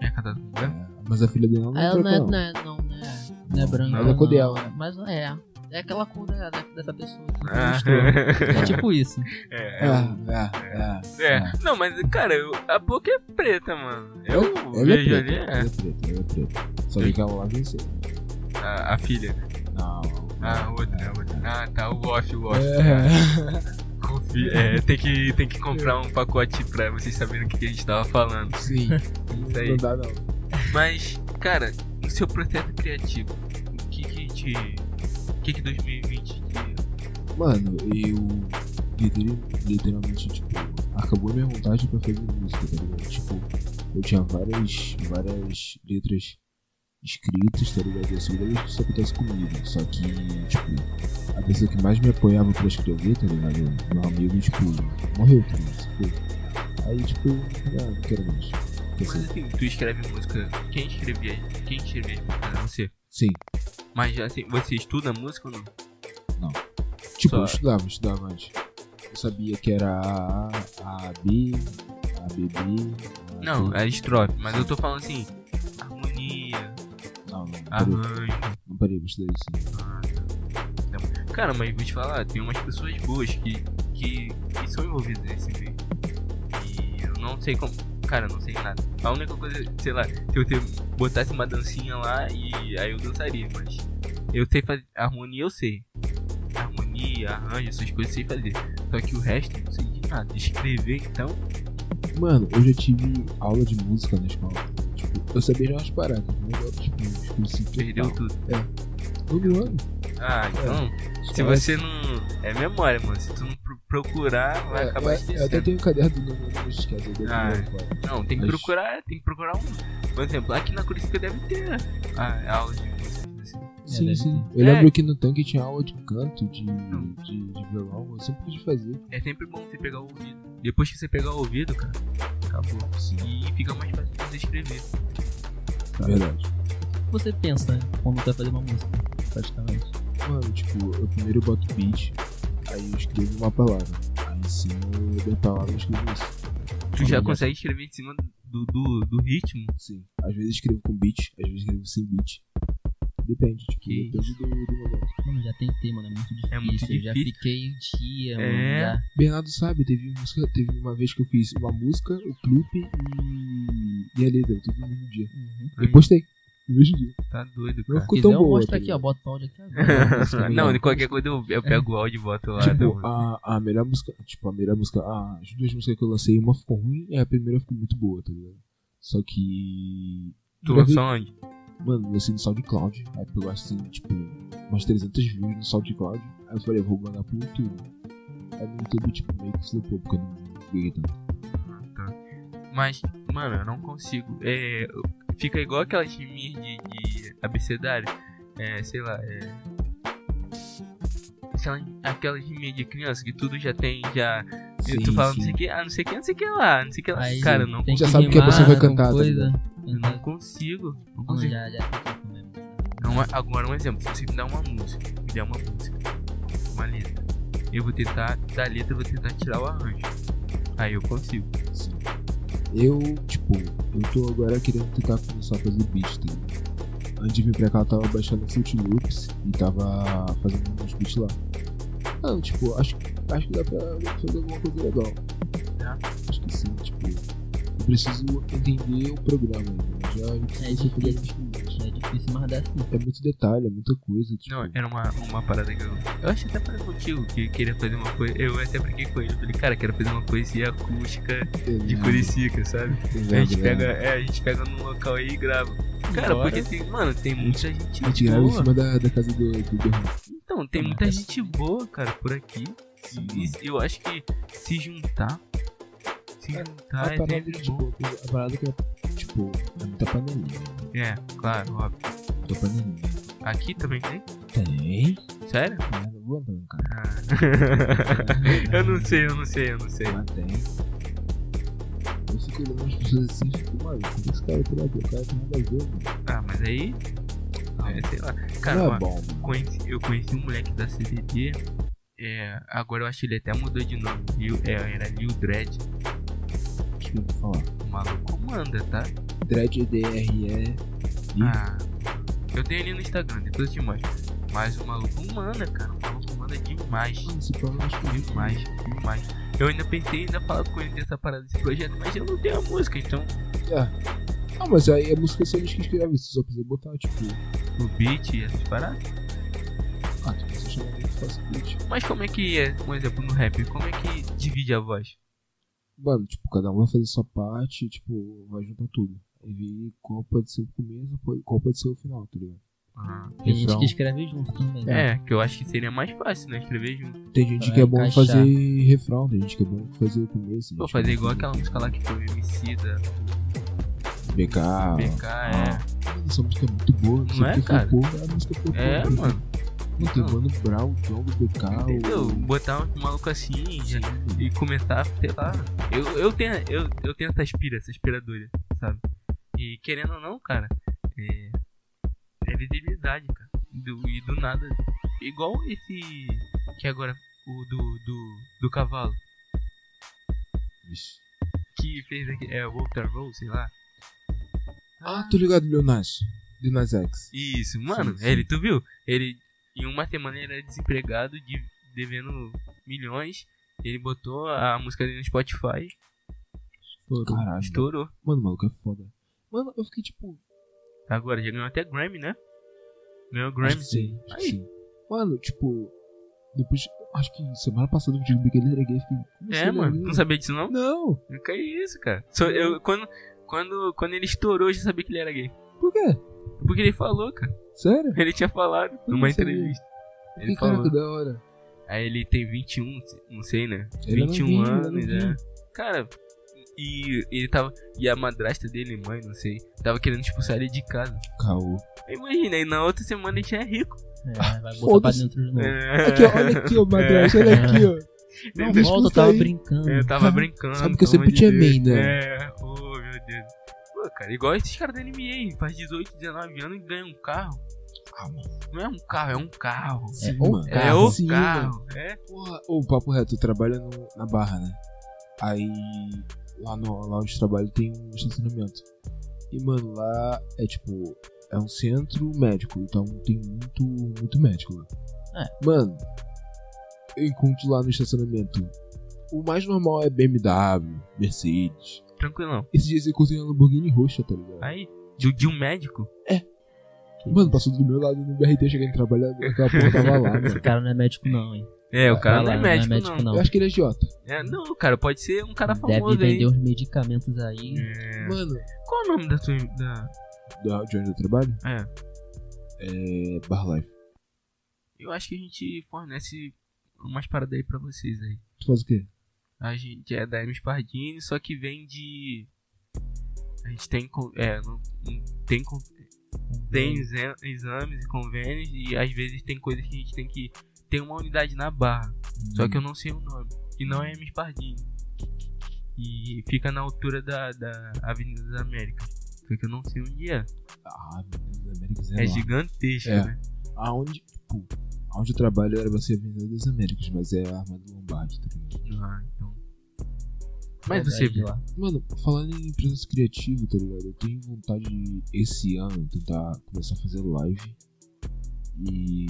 [SPEAKER 1] é casado com branco?
[SPEAKER 3] É, Mas a filha dele não
[SPEAKER 4] Ah,
[SPEAKER 3] é
[SPEAKER 4] ela não é,
[SPEAKER 3] branca,
[SPEAKER 4] não
[SPEAKER 3] não.
[SPEAKER 4] é, não, não é, não é branca.
[SPEAKER 1] Não é
[SPEAKER 3] a cor
[SPEAKER 4] não.
[SPEAKER 3] dela.
[SPEAKER 4] Mas é. É aquela cor da, da- dessa pessoa. que mostrou.
[SPEAKER 1] Ah,
[SPEAKER 4] É tipo isso.
[SPEAKER 1] é, é,
[SPEAKER 3] Ah, ah,
[SPEAKER 1] é. Não, mas cara, eu- a Poca é preta, mano. Eu
[SPEAKER 3] Ela é
[SPEAKER 1] vejo
[SPEAKER 3] preta,
[SPEAKER 1] ali
[SPEAKER 3] ela
[SPEAKER 1] é,
[SPEAKER 3] é preta, ela é preta. Só vi que ela lá venceu.
[SPEAKER 1] a, a filha. né?
[SPEAKER 3] Não.
[SPEAKER 1] Ah, outra, outra. Ah, tá, o off, o off.
[SPEAKER 3] É.
[SPEAKER 1] Confia- É, tem que, tem que comprar um pacote pra vocês saberem o que que a gente tava falando.
[SPEAKER 3] Sim.
[SPEAKER 1] Isso aí.
[SPEAKER 3] Não dá, não.
[SPEAKER 1] Mas, cara, no seu processo criativo, o que que te. O que que 2020 te.
[SPEAKER 3] Mano, eu literal- literalmente, tipo, acabou a minha vontade pra fazer música, tá ligado? Tipo, eu tinha várias, várias letras escritas, tá ligado? Eu sei que isso acontece comigo, só que, tipo, a pessoa que mais me apoiava pra escrever, tá ligado? Meu amigo, tipo, morreu, tá ligado? Sacou? Aí, tipo, ah, não quero mais. Quer
[SPEAKER 1] Mas
[SPEAKER 3] dizer,
[SPEAKER 1] assim, tu escreve música. Quem escrevia? Quem escrevia as músicas era você.
[SPEAKER 3] sim,
[SPEAKER 1] Mas assim, você estuda música ou não?
[SPEAKER 3] Tipo,
[SPEAKER 1] Só-
[SPEAKER 3] eu estudava, eu estudava antes. Eu sabia que era A, A, A, B, A, B, B.
[SPEAKER 1] Não, é estrofe. Mas eu tô falando assim, harmonia,
[SPEAKER 3] Não, não, parei,
[SPEAKER 1] arranjo.
[SPEAKER 3] não parei, eu estudei sim.
[SPEAKER 1] Cara, mas vou te falar, tem umas pessoas boas que, que, que são envolvidas nesse meio. E eu não sei como. Cara, eu não sei nada. A única coisa, sei lá, se eu te- botasse uma dancinha lá e aí eu dançaria, mas eu sei fazer. Harmonia eu sei. Harmonia, arranjo, essas coisas eu sei fazer. Só que o resto eu não sei de nada. Escrever então.
[SPEAKER 3] Mano, eu já tive aula de música na escola. Tipo, eu sabia já umas paradas, mas eu, tipo, esqueci total.
[SPEAKER 1] Perdeu tudo.
[SPEAKER 3] Todo ano. É.
[SPEAKER 1] Ah, então. Se
[SPEAKER 3] Escola-
[SPEAKER 1] você não. É memória, mano. Se tu não pro- procurar, vai
[SPEAKER 3] É,
[SPEAKER 1] acabar
[SPEAKER 3] eu- Eu até
[SPEAKER 1] esquecendo.
[SPEAKER 3] tenho um caderno do nome do esquece, eu devo
[SPEAKER 1] Ah,
[SPEAKER 3] ir embora.
[SPEAKER 1] Não, tem que
[SPEAKER 3] Mas-
[SPEAKER 1] procurar, tem que procurar um. Por exemplo, aqui na Curitiba deve ter né? a, a aula de música. Assim.
[SPEAKER 3] Sim,
[SPEAKER 4] deve
[SPEAKER 3] sim.
[SPEAKER 1] É.
[SPEAKER 3] Eu lembro que no tanque tinha aula de canto, de,
[SPEAKER 1] Não.
[SPEAKER 3] de, de violão, eu sempre quis fazer. tipo,
[SPEAKER 1] É sempre bom você pegar o ouvido. Depois que você pegar o ouvido, cara, acabou.
[SPEAKER 3] assim,
[SPEAKER 1] E fica mais fácil de você escrever.
[SPEAKER 3] Na verdade.
[SPEAKER 4] Você pensa quando quer fazer uma música, praticamente.
[SPEAKER 3] Mano, tipo, eu primeiro boto o beat, aí eu escrevo uma palavra. Aí em cima da palavra eu escrevo isso.
[SPEAKER 1] Tu já
[SPEAKER 3] Olha.
[SPEAKER 1] consegue escrever em cima do, do, do ritmo.
[SPEAKER 3] Sim. Às vezes eu escrevo com beat, às vezes eu escrevo sem beat. Depende, tipo,
[SPEAKER 1] Que
[SPEAKER 3] depende do, do momento.
[SPEAKER 4] Mano, já tentei, mano. É muito difícil.
[SPEAKER 1] muito
[SPEAKER 4] Eu já
[SPEAKER 1] difícil.
[SPEAKER 4] fiquei dia,
[SPEAKER 1] É.
[SPEAKER 4] mano. já.
[SPEAKER 3] Bernardo sabe, teve, música, teve uma vez que eu fiz uma música, o clipe e, e a letra, tudo no mesmo dia.
[SPEAKER 4] Uhum.
[SPEAKER 1] Aí,
[SPEAKER 3] Eu postei, no mesmo dia.
[SPEAKER 1] Tá doido,
[SPEAKER 3] Não
[SPEAKER 1] cara.
[SPEAKER 3] ficou
[SPEAKER 4] Quiser,
[SPEAKER 3] tão
[SPEAKER 4] eu
[SPEAKER 3] boa.
[SPEAKER 4] mostro
[SPEAKER 3] tá
[SPEAKER 4] aqui, ó.
[SPEAKER 3] ligado?
[SPEAKER 4] Bota o áudio aqui agora. tá
[SPEAKER 3] Não,
[SPEAKER 1] Não, de qualquer coisa eu, eu pego o áudio e boto lá.
[SPEAKER 3] Tipo,
[SPEAKER 1] tá?
[SPEAKER 3] a, a melhor música, tipo, a melhor música, a- as duas músicas que eu lancei, uma ficou ruim e a primeira ficou muito boa, tá ligado? Só que
[SPEAKER 1] tu lançou onde?
[SPEAKER 3] Mano, lancei no SoundCloud. Aí pegou assim, tipo, umas 300 views no SoundCloud. Aí eu falei, vou mandar pro YouTube. Aí no YouTube, tipo, meio que flopou, porque eu não peguei tanto.
[SPEAKER 1] Mas, mano, eu não consigo. É, eu- fica igual aquelas minhas de, de abecedário. É, sei lá, é. Aquelas, aquelas minhas de criança que tudo já tem, já. tu fala não sei o que, ah, não sei o que, não sei o que lá, não sei o que lá.
[SPEAKER 4] Aí
[SPEAKER 1] Cara, eu não
[SPEAKER 4] tem
[SPEAKER 1] consigo.
[SPEAKER 3] Já sabe o que a
[SPEAKER 4] rimar
[SPEAKER 3] pessoa vai
[SPEAKER 4] com
[SPEAKER 3] cantar, tá
[SPEAKER 4] Coisa.
[SPEAKER 1] Eu não consigo. Não
[SPEAKER 4] Mano,
[SPEAKER 1] consigo.
[SPEAKER 4] já, já tentei também.
[SPEAKER 1] Não, agora um exemplo, se você me dá uma música, me der uma música, uma letra. Eu vou tentar, da letra eu vou tentar tirar o arranjo. Aí eu consigo.
[SPEAKER 3] Sim. Eu, tipo, eu tô agora querendo tentar começar a fazer beat, tá ligado? Antes de vir pra cá, eu tava baixando o Fruit Loops e tava fazendo uns beats lá. Não, tipo, acho, acho que dá pra fazer alguma coisa legal.
[SPEAKER 1] Dá?
[SPEAKER 3] Acho que sim, tipo, eu preciso entender o programa, né? Eu já eu
[SPEAKER 4] É
[SPEAKER 3] preciso fazer alguns
[SPEAKER 4] difícil.
[SPEAKER 3] beats.
[SPEAKER 4] É difícil, mas dá sim.
[SPEAKER 3] É muito detalhe, é muita coisa. Tipo,
[SPEAKER 1] Não, era uma, uma parada que eu. Eu acho que até para contigo que queria fazer uma coisa. Eu até brinquei com ele. Falei, cara, quero fazer uma poesia acústica de
[SPEAKER 3] Uhum.
[SPEAKER 1] Curicica, sabe? A gente pega, é, a gente pega num local aí e grava. Cara,
[SPEAKER 4] Bora.
[SPEAKER 1] porque tem, mano, tem muita gente
[SPEAKER 3] A gente grava né? em
[SPEAKER 1] boa.
[SPEAKER 3] cima da, da casa do, do Bernardo.
[SPEAKER 1] Então, tem muita gente boa, cara, por aqui. E e eu acho que se juntar. Se
[SPEAKER 3] A
[SPEAKER 1] juntar é,
[SPEAKER 3] parada,
[SPEAKER 1] sempre
[SPEAKER 3] tipo,
[SPEAKER 1] bom.
[SPEAKER 3] a parada que é, tipo, é muita panelinha.
[SPEAKER 1] É, claro, óbvio.
[SPEAKER 3] Muita panelinha.
[SPEAKER 1] Aqui também tem?
[SPEAKER 3] Tem.
[SPEAKER 1] Sério?
[SPEAKER 3] Mas eu vou não, cara.
[SPEAKER 1] Ah. eu não sei, eu não sei, eu não sei.
[SPEAKER 3] Mas tem. Eu fico olhando as pessoas assim, tipo, mano, por que esse cara tem nada a ver? O cara tem nada a ver, mano.
[SPEAKER 1] Ah, mas aí. É, sei lá. Cara,
[SPEAKER 3] não
[SPEAKER 1] ó,
[SPEAKER 3] é bom, mano.
[SPEAKER 1] conheci- eu conheci um moleque da CDD. É, agora eu acho que ele até mudou de nome. Lil- é, era Lil Dredd.
[SPEAKER 3] O que eu vou falar?
[SPEAKER 1] O maluco manda, tá?
[SPEAKER 3] Dread DRE.
[SPEAKER 1] Ah, eu tenho ele no Instagram, depois eu te mostro. Mas o maluco manda, cara. O maluco manda demais.
[SPEAKER 3] Mano, esse plano eu acho que é
[SPEAKER 1] Demais, demais. Eu ainda pensei em ainda falar com ele dessa parada desse projeto, mas eu não tenho a música, então.
[SPEAKER 3] Ah, mas aí a música são eles que escrevem, você só precisa botar, tipo,
[SPEAKER 1] O beat e essas paradas.
[SPEAKER 3] ah, tu precisa chamar alguém que faça beat.
[SPEAKER 1] Mas como é que é, por exemplo, no rap, como é que divide a voz?
[SPEAKER 3] Mano, tipo, cada um vai fazer sua parte, tipo, vai juntar tudo. E ver qual pode ser o começo, qual pode ser o final, tá ligado?
[SPEAKER 1] Ah,
[SPEAKER 4] Tem gente
[SPEAKER 3] Refrão.
[SPEAKER 4] que escreve junto também.
[SPEAKER 1] é. que eu acho que seria mais fácil, né? Escrever junto.
[SPEAKER 3] Tem gente
[SPEAKER 4] Pra
[SPEAKER 3] que é bom
[SPEAKER 4] encaixar.
[SPEAKER 3] fazer refrão, tem gente que é bom fazer o começo. tem
[SPEAKER 1] Vou
[SPEAKER 3] gente que é
[SPEAKER 1] fazer
[SPEAKER 3] bom
[SPEAKER 1] igual aquela música lá que foi o MC da
[SPEAKER 3] BK.
[SPEAKER 1] BK, é.
[SPEAKER 3] Mano, Essa música é muito boa, não
[SPEAKER 1] Não
[SPEAKER 3] sei
[SPEAKER 1] é,
[SPEAKER 3] porque foi
[SPEAKER 1] cara?
[SPEAKER 3] boa, a música foi boa.
[SPEAKER 1] É, mano.
[SPEAKER 3] Não tem
[SPEAKER 1] Não.
[SPEAKER 3] Mano Brown, é John do BK,
[SPEAKER 1] Entendeu?
[SPEAKER 3] o...
[SPEAKER 1] Botar um maluco assim já- e comentar, sei lá. Eu, eu, tenho, eu, eu tenho essa aspira, essa aspiradora, sabe? E querendo ou não, cara, é, é visibilidade, cara. Do, e do nada. Igual esse que agora, o do, do, do cavalo,
[SPEAKER 3] Vixe.
[SPEAKER 1] que fez aqui, é Walter Roll, sei lá.
[SPEAKER 3] Ah, tô ligado, Lil Nas. Lil Nas X.
[SPEAKER 1] Isso, mano,
[SPEAKER 3] sim.
[SPEAKER 1] ele, tu viu? Ele, em uma semana ele era desempregado, de, devendo milhões. Ele botou a música dele no Spotify,
[SPEAKER 3] Caralho.
[SPEAKER 1] estourou.
[SPEAKER 3] Mano, o maluco é foda. Mano, eu fiquei tipo.
[SPEAKER 1] Agora, já ganhou até Grammy, né? Ganhou
[SPEAKER 3] acho
[SPEAKER 1] Grammy.
[SPEAKER 3] que sim, acho que
[SPEAKER 1] Aí.
[SPEAKER 3] sim. Mano, tipo. Depois. Acho que semana passada eu descobri que ele era gay. eu Fiquei, como assim,
[SPEAKER 1] É,
[SPEAKER 3] né,
[SPEAKER 1] mano. Não sabia disso, não?
[SPEAKER 3] Não.
[SPEAKER 1] Que isso, cara. Só
[SPEAKER 3] Uhum.
[SPEAKER 1] eu, quando, quando, quando ele estourou, eu já sabia que ele era gay.
[SPEAKER 3] Por quê?
[SPEAKER 1] Porque ele falou, cara.
[SPEAKER 3] Sério?
[SPEAKER 1] Ele tinha falado
[SPEAKER 3] Eu
[SPEAKER 1] numa
[SPEAKER 3] não sabia.
[SPEAKER 1] entrevista. Ele
[SPEAKER 3] Ih,
[SPEAKER 1] falou.
[SPEAKER 3] Caraca, da hora.
[SPEAKER 1] Aí ele tem 21, não sei, né?
[SPEAKER 3] Ele é
[SPEAKER 1] 21
[SPEAKER 3] novinho,
[SPEAKER 1] anos,
[SPEAKER 3] ele é novinho.
[SPEAKER 1] né? Cara, e ele tava. E a madrasta dele, mãe, não sei, tava querendo expulsar ele de casa.
[SPEAKER 3] Caô.
[SPEAKER 1] Imagina, aí na outra semana ele já é rico.
[SPEAKER 4] É, vai botar pra
[SPEAKER 3] Foda-se.
[SPEAKER 4] dentro de novo.
[SPEAKER 1] É.
[SPEAKER 3] Aqui, ó, olha aqui, ó, madrasta, olha aqui, ó.
[SPEAKER 4] Não,
[SPEAKER 3] Deixa
[SPEAKER 4] volta,
[SPEAKER 3] eu
[SPEAKER 4] eu tava
[SPEAKER 3] sair.
[SPEAKER 4] brincando.
[SPEAKER 1] Eu tava brincando.
[SPEAKER 3] Sabe que eu
[SPEAKER 1] pelo amor
[SPEAKER 3] sempre te
[SPEAKER 1] de Deus.
[SPEAKER 3] amei, né?
[SPEAKER 1] É, oh meu Deus. Pô, cara, igual esses caras da NBA, faz 18, 19 anos e ganha um carro.
[SPEAKER 3] Ah, mano.
[SPEAKER 1] Não é um carro, é um carro.
[SPEAKER 4] É,
[SPEAKER 3] Sim,
[SPEAKER 4] o
[SPEAKER 3] mano.
[SPEAKER 1] é o
[SPEAKER 3] Sim, né?
[SPEAKER 1] carro. É.
[SPEAKER 3] Porra, ô, um papo reto, eu trabalho no- na barra, né? Aí lá, no, lá onde eu trabalho tem um estacionamento. E, mano, lá é tipo. É um centro médico, então tem muito, muito médico lá.
[SPEAKER 4] É.
[SPEAKER 3] Mano, eu encontro lá no estacionamento. O mais normal é BMW, Mercedes.
[SPEAKER 1] Tranquilão.
[SPEAKER 3] Esses dias eu encontrei uma Lamborghini roxa, tá ligado?
[SPEAKER 1] Aí, de, de um médico.
[SPEAKER 3] Mano, passou do meu lado no BRT chegando trabalhando, aquela porra tava lá, mano.
[SPEAKER 4] Esse cara não é médico, não, hein?
[SPEAKER 1] É, o cara
[SPEAKER 4] Vai
[SPEAKER 1] não
[SPEAKER 4] lá,
[SPEAKER 1] é médico, não. É
[SPEAKER 4] não.
[SPEAKER 3] Eu acho que ele é idiota.
[SPEAKER 1] É, não, cara, pode ser um cara
[SPEAKER 4] Deve
[SPEAKER 1] famoso
[SPEAKER 4] vender um-
[SPEAKER 1] aí.
[SPEAKER 4] os medicamentos aí.
[SPEAKER 1] É.
[SPEAKER 3] Mano,
[SPEAKER 1] Qual o nome da sua. Da...
[SPEAKER 3] da- de onde eu trabalho?
[SPEAKER 1] É.
[SPEAKER 3] É. Barlife.
[SPEAKER 1] Eu acho que a gente fornece umas paradas aí pra vocês aí.
[SPEAKER 3] Tu faz o quê?
[SPEAKER 1] A gente é da Hermes Pardini, só que vem de. A gente tem. con- É, não, não tem. con- Tem exa- exames e convênios, e às vezes tem coisas que a gente tem que. Tem uma unidade na barra, só que eu não sei o nome. E não é Hermes Pardini. E fica na altura da, da Avenida das Américas. Só que eu não sei onde é.
[SPEAKER 3] Ah, meu Deus, das Américas
[SPEAKER 1] É,
[SPEAKER 3] enorme.
[SPEAKER 1] gigantesco,
[SPEAKER 3] É.
[SPEAKER 1] né?
[SPEAKER 3] Aonde, tipo, aonde eu trabalho era pra ser Avenida das Américas, mas é a Armada Lombardi, tá ligado?
[SPEAKER 1] Ah, então. Mas você
[SPEAKER 4] viu lá.
[SPEAKER 3] Mano, falando em processo criativo, tá ligado? Eu tenho vontade de, esse ano, tentar começar a fazer live e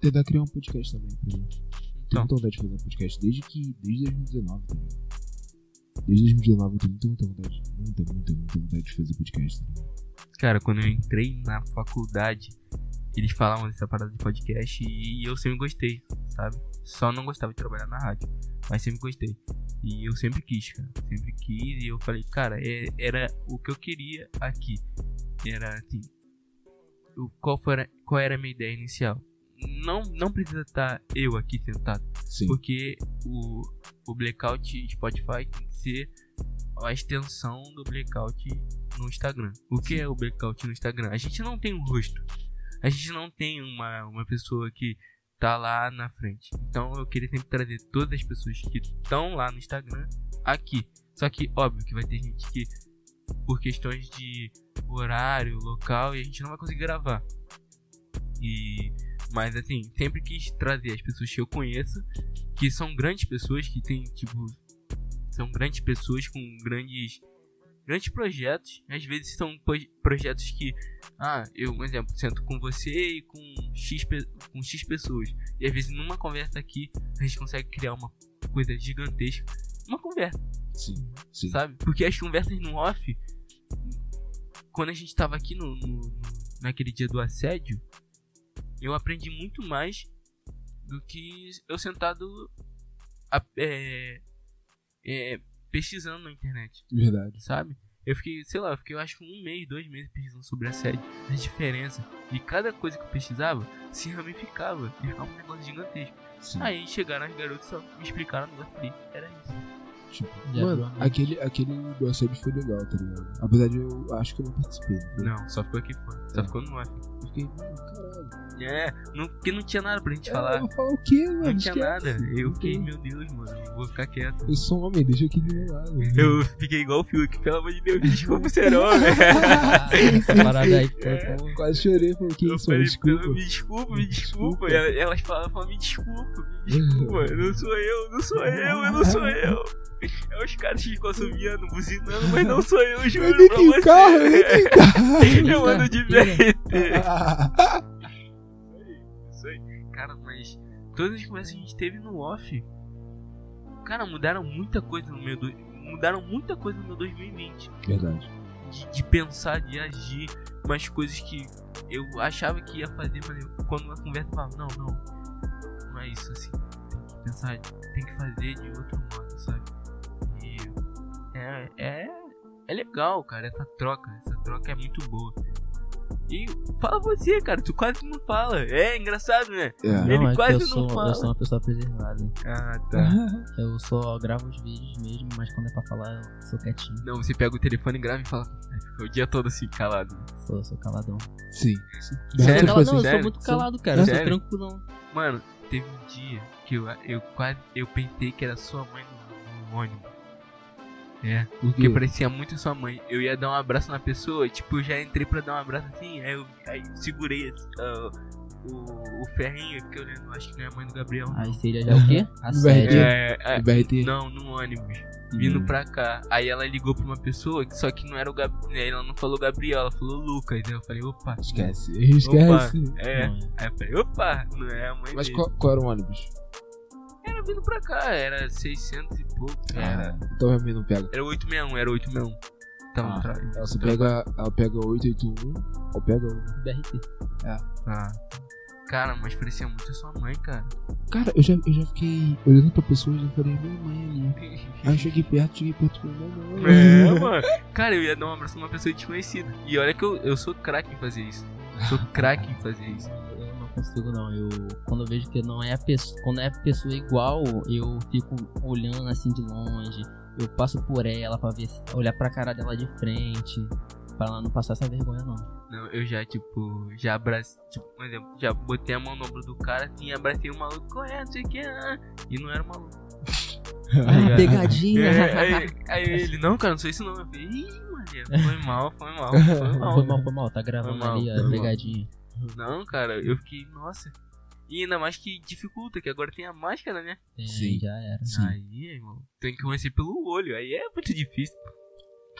[SPEAKER 3] tentar criar um podcast também pra mim. Tenho
[SPEAKER 1] Então,
[SPEAKER 3] muita vontade de fazer um podcast desde que, desde 2019, tá ligado? Desde 2019 eu tenho muita, muita vontade, muita, muita, muita vontade de fazer podcast. tá ligado?
[SPEAKER 1] Cara, quando eu entrei na faculdade, eles falavam dessa parada de podcast e eu sempre gostei, sabe? Só não gostava de trabalhar na rádio, mas sempre gostei. E eu sempre quis, cara. Sempre quis e eu falei, cara, é- era o que eu queria aqui. Era assim. O, qual, foi, qual era a minha ideia inicial? Não, não precisa estar eu aqui sentado.
[SPEAKER 3] Sim.
[SPEAKER 1] Porque o, o blackout Spotify tem que ser a extensão do blackout no Instagram. O que é o blackout no Instagram? A gente não tem um rosto. A gente não tem uma, uma pessoa que tá lá na frente. Então eu queria sempre trazer todas as pessoas que estão lá no Instagram aqui. Só que óbvio que vai ter gente que por questões de horário, local, e a gente não vai conseguir gravar. E mas assim, sempre quis trazer as pessoas que eu conheço que são grandes pessoas que têm tipo são grandes pessoas com grandes grandes projetos às vezes são po- projetos que ah eu um exemplo sento com você e com x pe- com x pessoas e às vezes numa conversa aqui a gente consegue criar uma coisa gigantesca uma conversa
[SPEAKER 3] Sim, sim.
[SPEAKER 1] sabe porque as conversas no off quando a gente tava aqui no, no- no- naquele dia do assédio eu aprendi muito mais do que eu sentado a- é, é, pesquisando na internet,
[SPEAKER 3] Verdade.
[SPEAKER 1] sabe? Eu fiquei, sei lá, eu fiquei eu acho que um mês, dois meses pesquisando sobre a série, as diferenças. E cada coisa que eu pesquisava se ramificava e ficava um negócio gigantesco.
[SPEAKER 3] Sim.
[SPEAKER 1] Aí chegaram as garotas e só me explicaram o negócio ali. Era isso.
[SPEAKER 3] Tipo,
[SPEAKER 4] Já
[SPEAKER 3] mano,
[SPEAKER 4] viu, né?
[SPEAKER 3] aquele, aquele do assédio foi legal, tá ligado? Apesar de eu acho que eu não participei. né?
[SPEAKER 1] Não, só ficou aqui fora. Só ficou no ar.
[SPEAKER 3] Eu fiquei, mano, caralho.
[SPEAKER 1] É, não, porque É, não tinha nada pra gente
[SPEAKER 3] Eu
[SPEAKER 1] falar.
[SPEAKER 3] vou falar o quê, mano?
[SPEAKER 1] Não tinha
[SPEAKER 3] Esquece.
[SPEAKER 1] nada. Eu
[SPEAKER 3] Não
[SPEAKER 1] fiquei,
[SPEAKER 3] tem-
[SPEAKER 1] meu Deus, mano, eu vou ficar quieto.
[SPEAKER 3] Eu sou um homem, deixa aqui do meu lado. né?
[SPEAKER 1] Eu né? fiquei igual o Fiuk, pelo amor de Deus, desculpa ser homem.
[SPEAKER 4] Ah,
[SPEAKER 1] É.
[SPEAKER 4] essa parada aí. tá
[SPEAKER 3] Eu Quase chorei, falei, que
[SPEAKER 1] Eu
[SPEAKER 3] isso, mano?
[SPEAKER 1] falei,
[SPEAKER 3] Desculpa.
[SPEAKER 1] me desculpa, me
[SPEAKER 3] Me
[SPEAKER 1] desculpa.
[SPEAKER 3] desculpa.
[SPEAKER 1] E ela- elas falavam, me desculpa, me desculpa. Não sou eu, não sou eu, eu não sou eu. É os caras que ficam assobiando, buzinando, mas é não sou eu, juro
[SPEAKER 3] Eu nem
[SPEAKER 1] pra
[SPEAKER 3] tenho
[SPEAKER 1] você.
[SPEAKER 3] carro, eu nem tenho carro.
[SPEAKER 1] Eu ando de BRT.
[SPEAKER 3] Ah,
[SPEAKER 1] Isso aí. Cara, mas todas as conversas que a gente teve no off, cara, mudaram muita coisa no meu... do- Mudaram muita coisa no meu 2020.
[SPEAKER 3] Verdade.
[SPEAKER 1] de, de pensar, de agir, umas coisas que eu achava que ia fazer, mas eu- quando uma conversa eu falava, não, não, não é isso assim, tem que pensar, tem que fazer de outro modo, sabe? E é, é, é legal, cara, essa troca, essa troca é muito boa. E fala você, cara, tu quase não fala. É engraçado, né?
[SPEAKER 3] É.
[SPEAKER 1] Ele
[SPEAKER 4] Não, é que
[SPEAKER 1] quase
[SPEAKER 4] eu
[SPEAKER 1] não
[SPEAKER 4] sou,
[SPEAKER 1] fala.
[SPEAKER 4] eu sou uma pessoa preservada.
[SPEAKER 1] Ah,
[SPEAKER 3] Uhum.
[SPEAKER 4] Eu só gravo os vídeos mesmo, mas quando é pra falar, eu sou quietinho.
[SPEAKER 1] Não, você pega o telefone e grava e fala. Fica o dia todo assim, calado.
[SPEAKER 4] Sou, sou caladão.
[SPEAKER 3] Sim. tipo assim,
[SPEAKER 1] Sério?
[SPEAKER 3] Dá
[SPEAKER 1] Sério?
[SPEAKER 3] pra
[SPEAKER 1] Tipo assim,
[SPEAKER 3] fazer.
[SPEAKER 4] Não, não, eu sou
[SPEAKER 1] sério?
[SPEAKER 4] muito
[SPEAKER 1] Sou-
[SPEAKER 4] calado, cara. Eu sou
[SPEAKER 1] Sério?
[SPEAKER 4] tranquilão.
[SPEAKER 1] Mano, teve um dia que eu, eu quase. Eu pensei que era sua mãe no, no ônibus. É,
[SPEAKER 3] Por
[SPEAKER 1] porque
[SPEAKER 3] quê?
[SPEAKER 1] parecia muito sua mãe. Eu ia dar um abraço na pessoa, tipo, eu já entrei pra dar um abraço assim, aí eu, aí eu segurei ah, o, o ferrinho, porque eu lembro, acho que não é a mãe do Gabriel. não.
[SPEAKER 4] Ah, Aí seria já é o quê?
[SPEAKER 3] Verdade.
[SPEAKER 4] Assédio.
[SPEAKER 1] É, é,
[SPEAKER 3] O BRT?
[SPEAKER 1] não, no ônibus, vindo
[SPEAKER 3] Hum.
[SPEAKER 1] pra cá. Aí ela ligou pra uma pessoa, que só que não era o Gabriel. Ela não falou Gabriel, ela falou Lucas. Aí eu falei, opa.
[SPEAKER 3] Esquece, esquece.
[SPEAKER 1] É,
[SPEAKER 4] Não,
[SPEAKER 1] aí eu falei, opa, não é a mãe
[SPEAKER 3] Mas
[SPEAKER 1] dele.
[SPEAKER 3] qual, qual era o ônibus?
[SPEAKER 1] Era vindo pra cá, era 600 e pouco. Era,
[SPEAKER 3] Ah, então minha mãe não pega.
[SPEAKER 1] era 861, era 861. Tava
[SPEAKER 3] Ah,
[SPEAKER 1] atrás.
[SPEAKER 3] Ela só pega, ela pega 881, ou pega um. o...
[SPEAKER 4] BRT.
[SPEAKER 1] Ah. Cara, mas parecia muito a sua mãe, cara.
[SPEAKER 3] Cara, eu já, eu já fiquei olhando pra pessoa e já falei, minha mãe ali. Aí eu cheguei perto, cheguei perto, falei, não, não.
[SPEAKER 1] É, mano. Cara, eu ia dar um abraço numa pessoa desconhecida. E olha que eu, eu sou craque em fazer isso. Sou craque em fazer isso.
[SPEAKER 4] Eu não consigo não, eu quando eu vejo que não é a pessoa, quando é a pessoa igual, eu fico olhando assim de longe, eu passo por ela pra ver, se- olhar pra cara dela de frente, pra ela não passar essa vergonha não.
[SPEAKER 1] Não, eu já, tipo, já abracei. Tipo, por exemplo, já botei a mão no ombro do cara assim, abracei o maluco, correto, sei o que. ah", E não era o maluco.
[SPEAKER 4] Tá
[SPEAKER 1] Tá ligado?
[SPEAKER 4] pegadinha.
[SPEAKER 1] É, aí, aí ele, não, cara, não sou isso não. Eu falei, ih, mano, foi mal, foi mal, foi mal.
[SPEAKER 4] Foi mal, foi mal, tá gravando
[SPEAKER 1] Foi mal,
[SPEAKER 4] ali
[SPEAKER 1] foi
[SPEAKER 4] a
[SPEAKER 1] mal.
[SPEAKER 4] pegadinha.
[SPEAKER 1] Não, cara, eu fiquei, nossa. E ainda mais que dificulta, que agora tem a máscara, né?
[SPEAKER 4] É,
[SPEAKER 3] Sim.
[SPEAKER 4] já era.
[SPEAKER 1] Aí, irmão, tem que conhecer pelo olho, aí é muito difícil.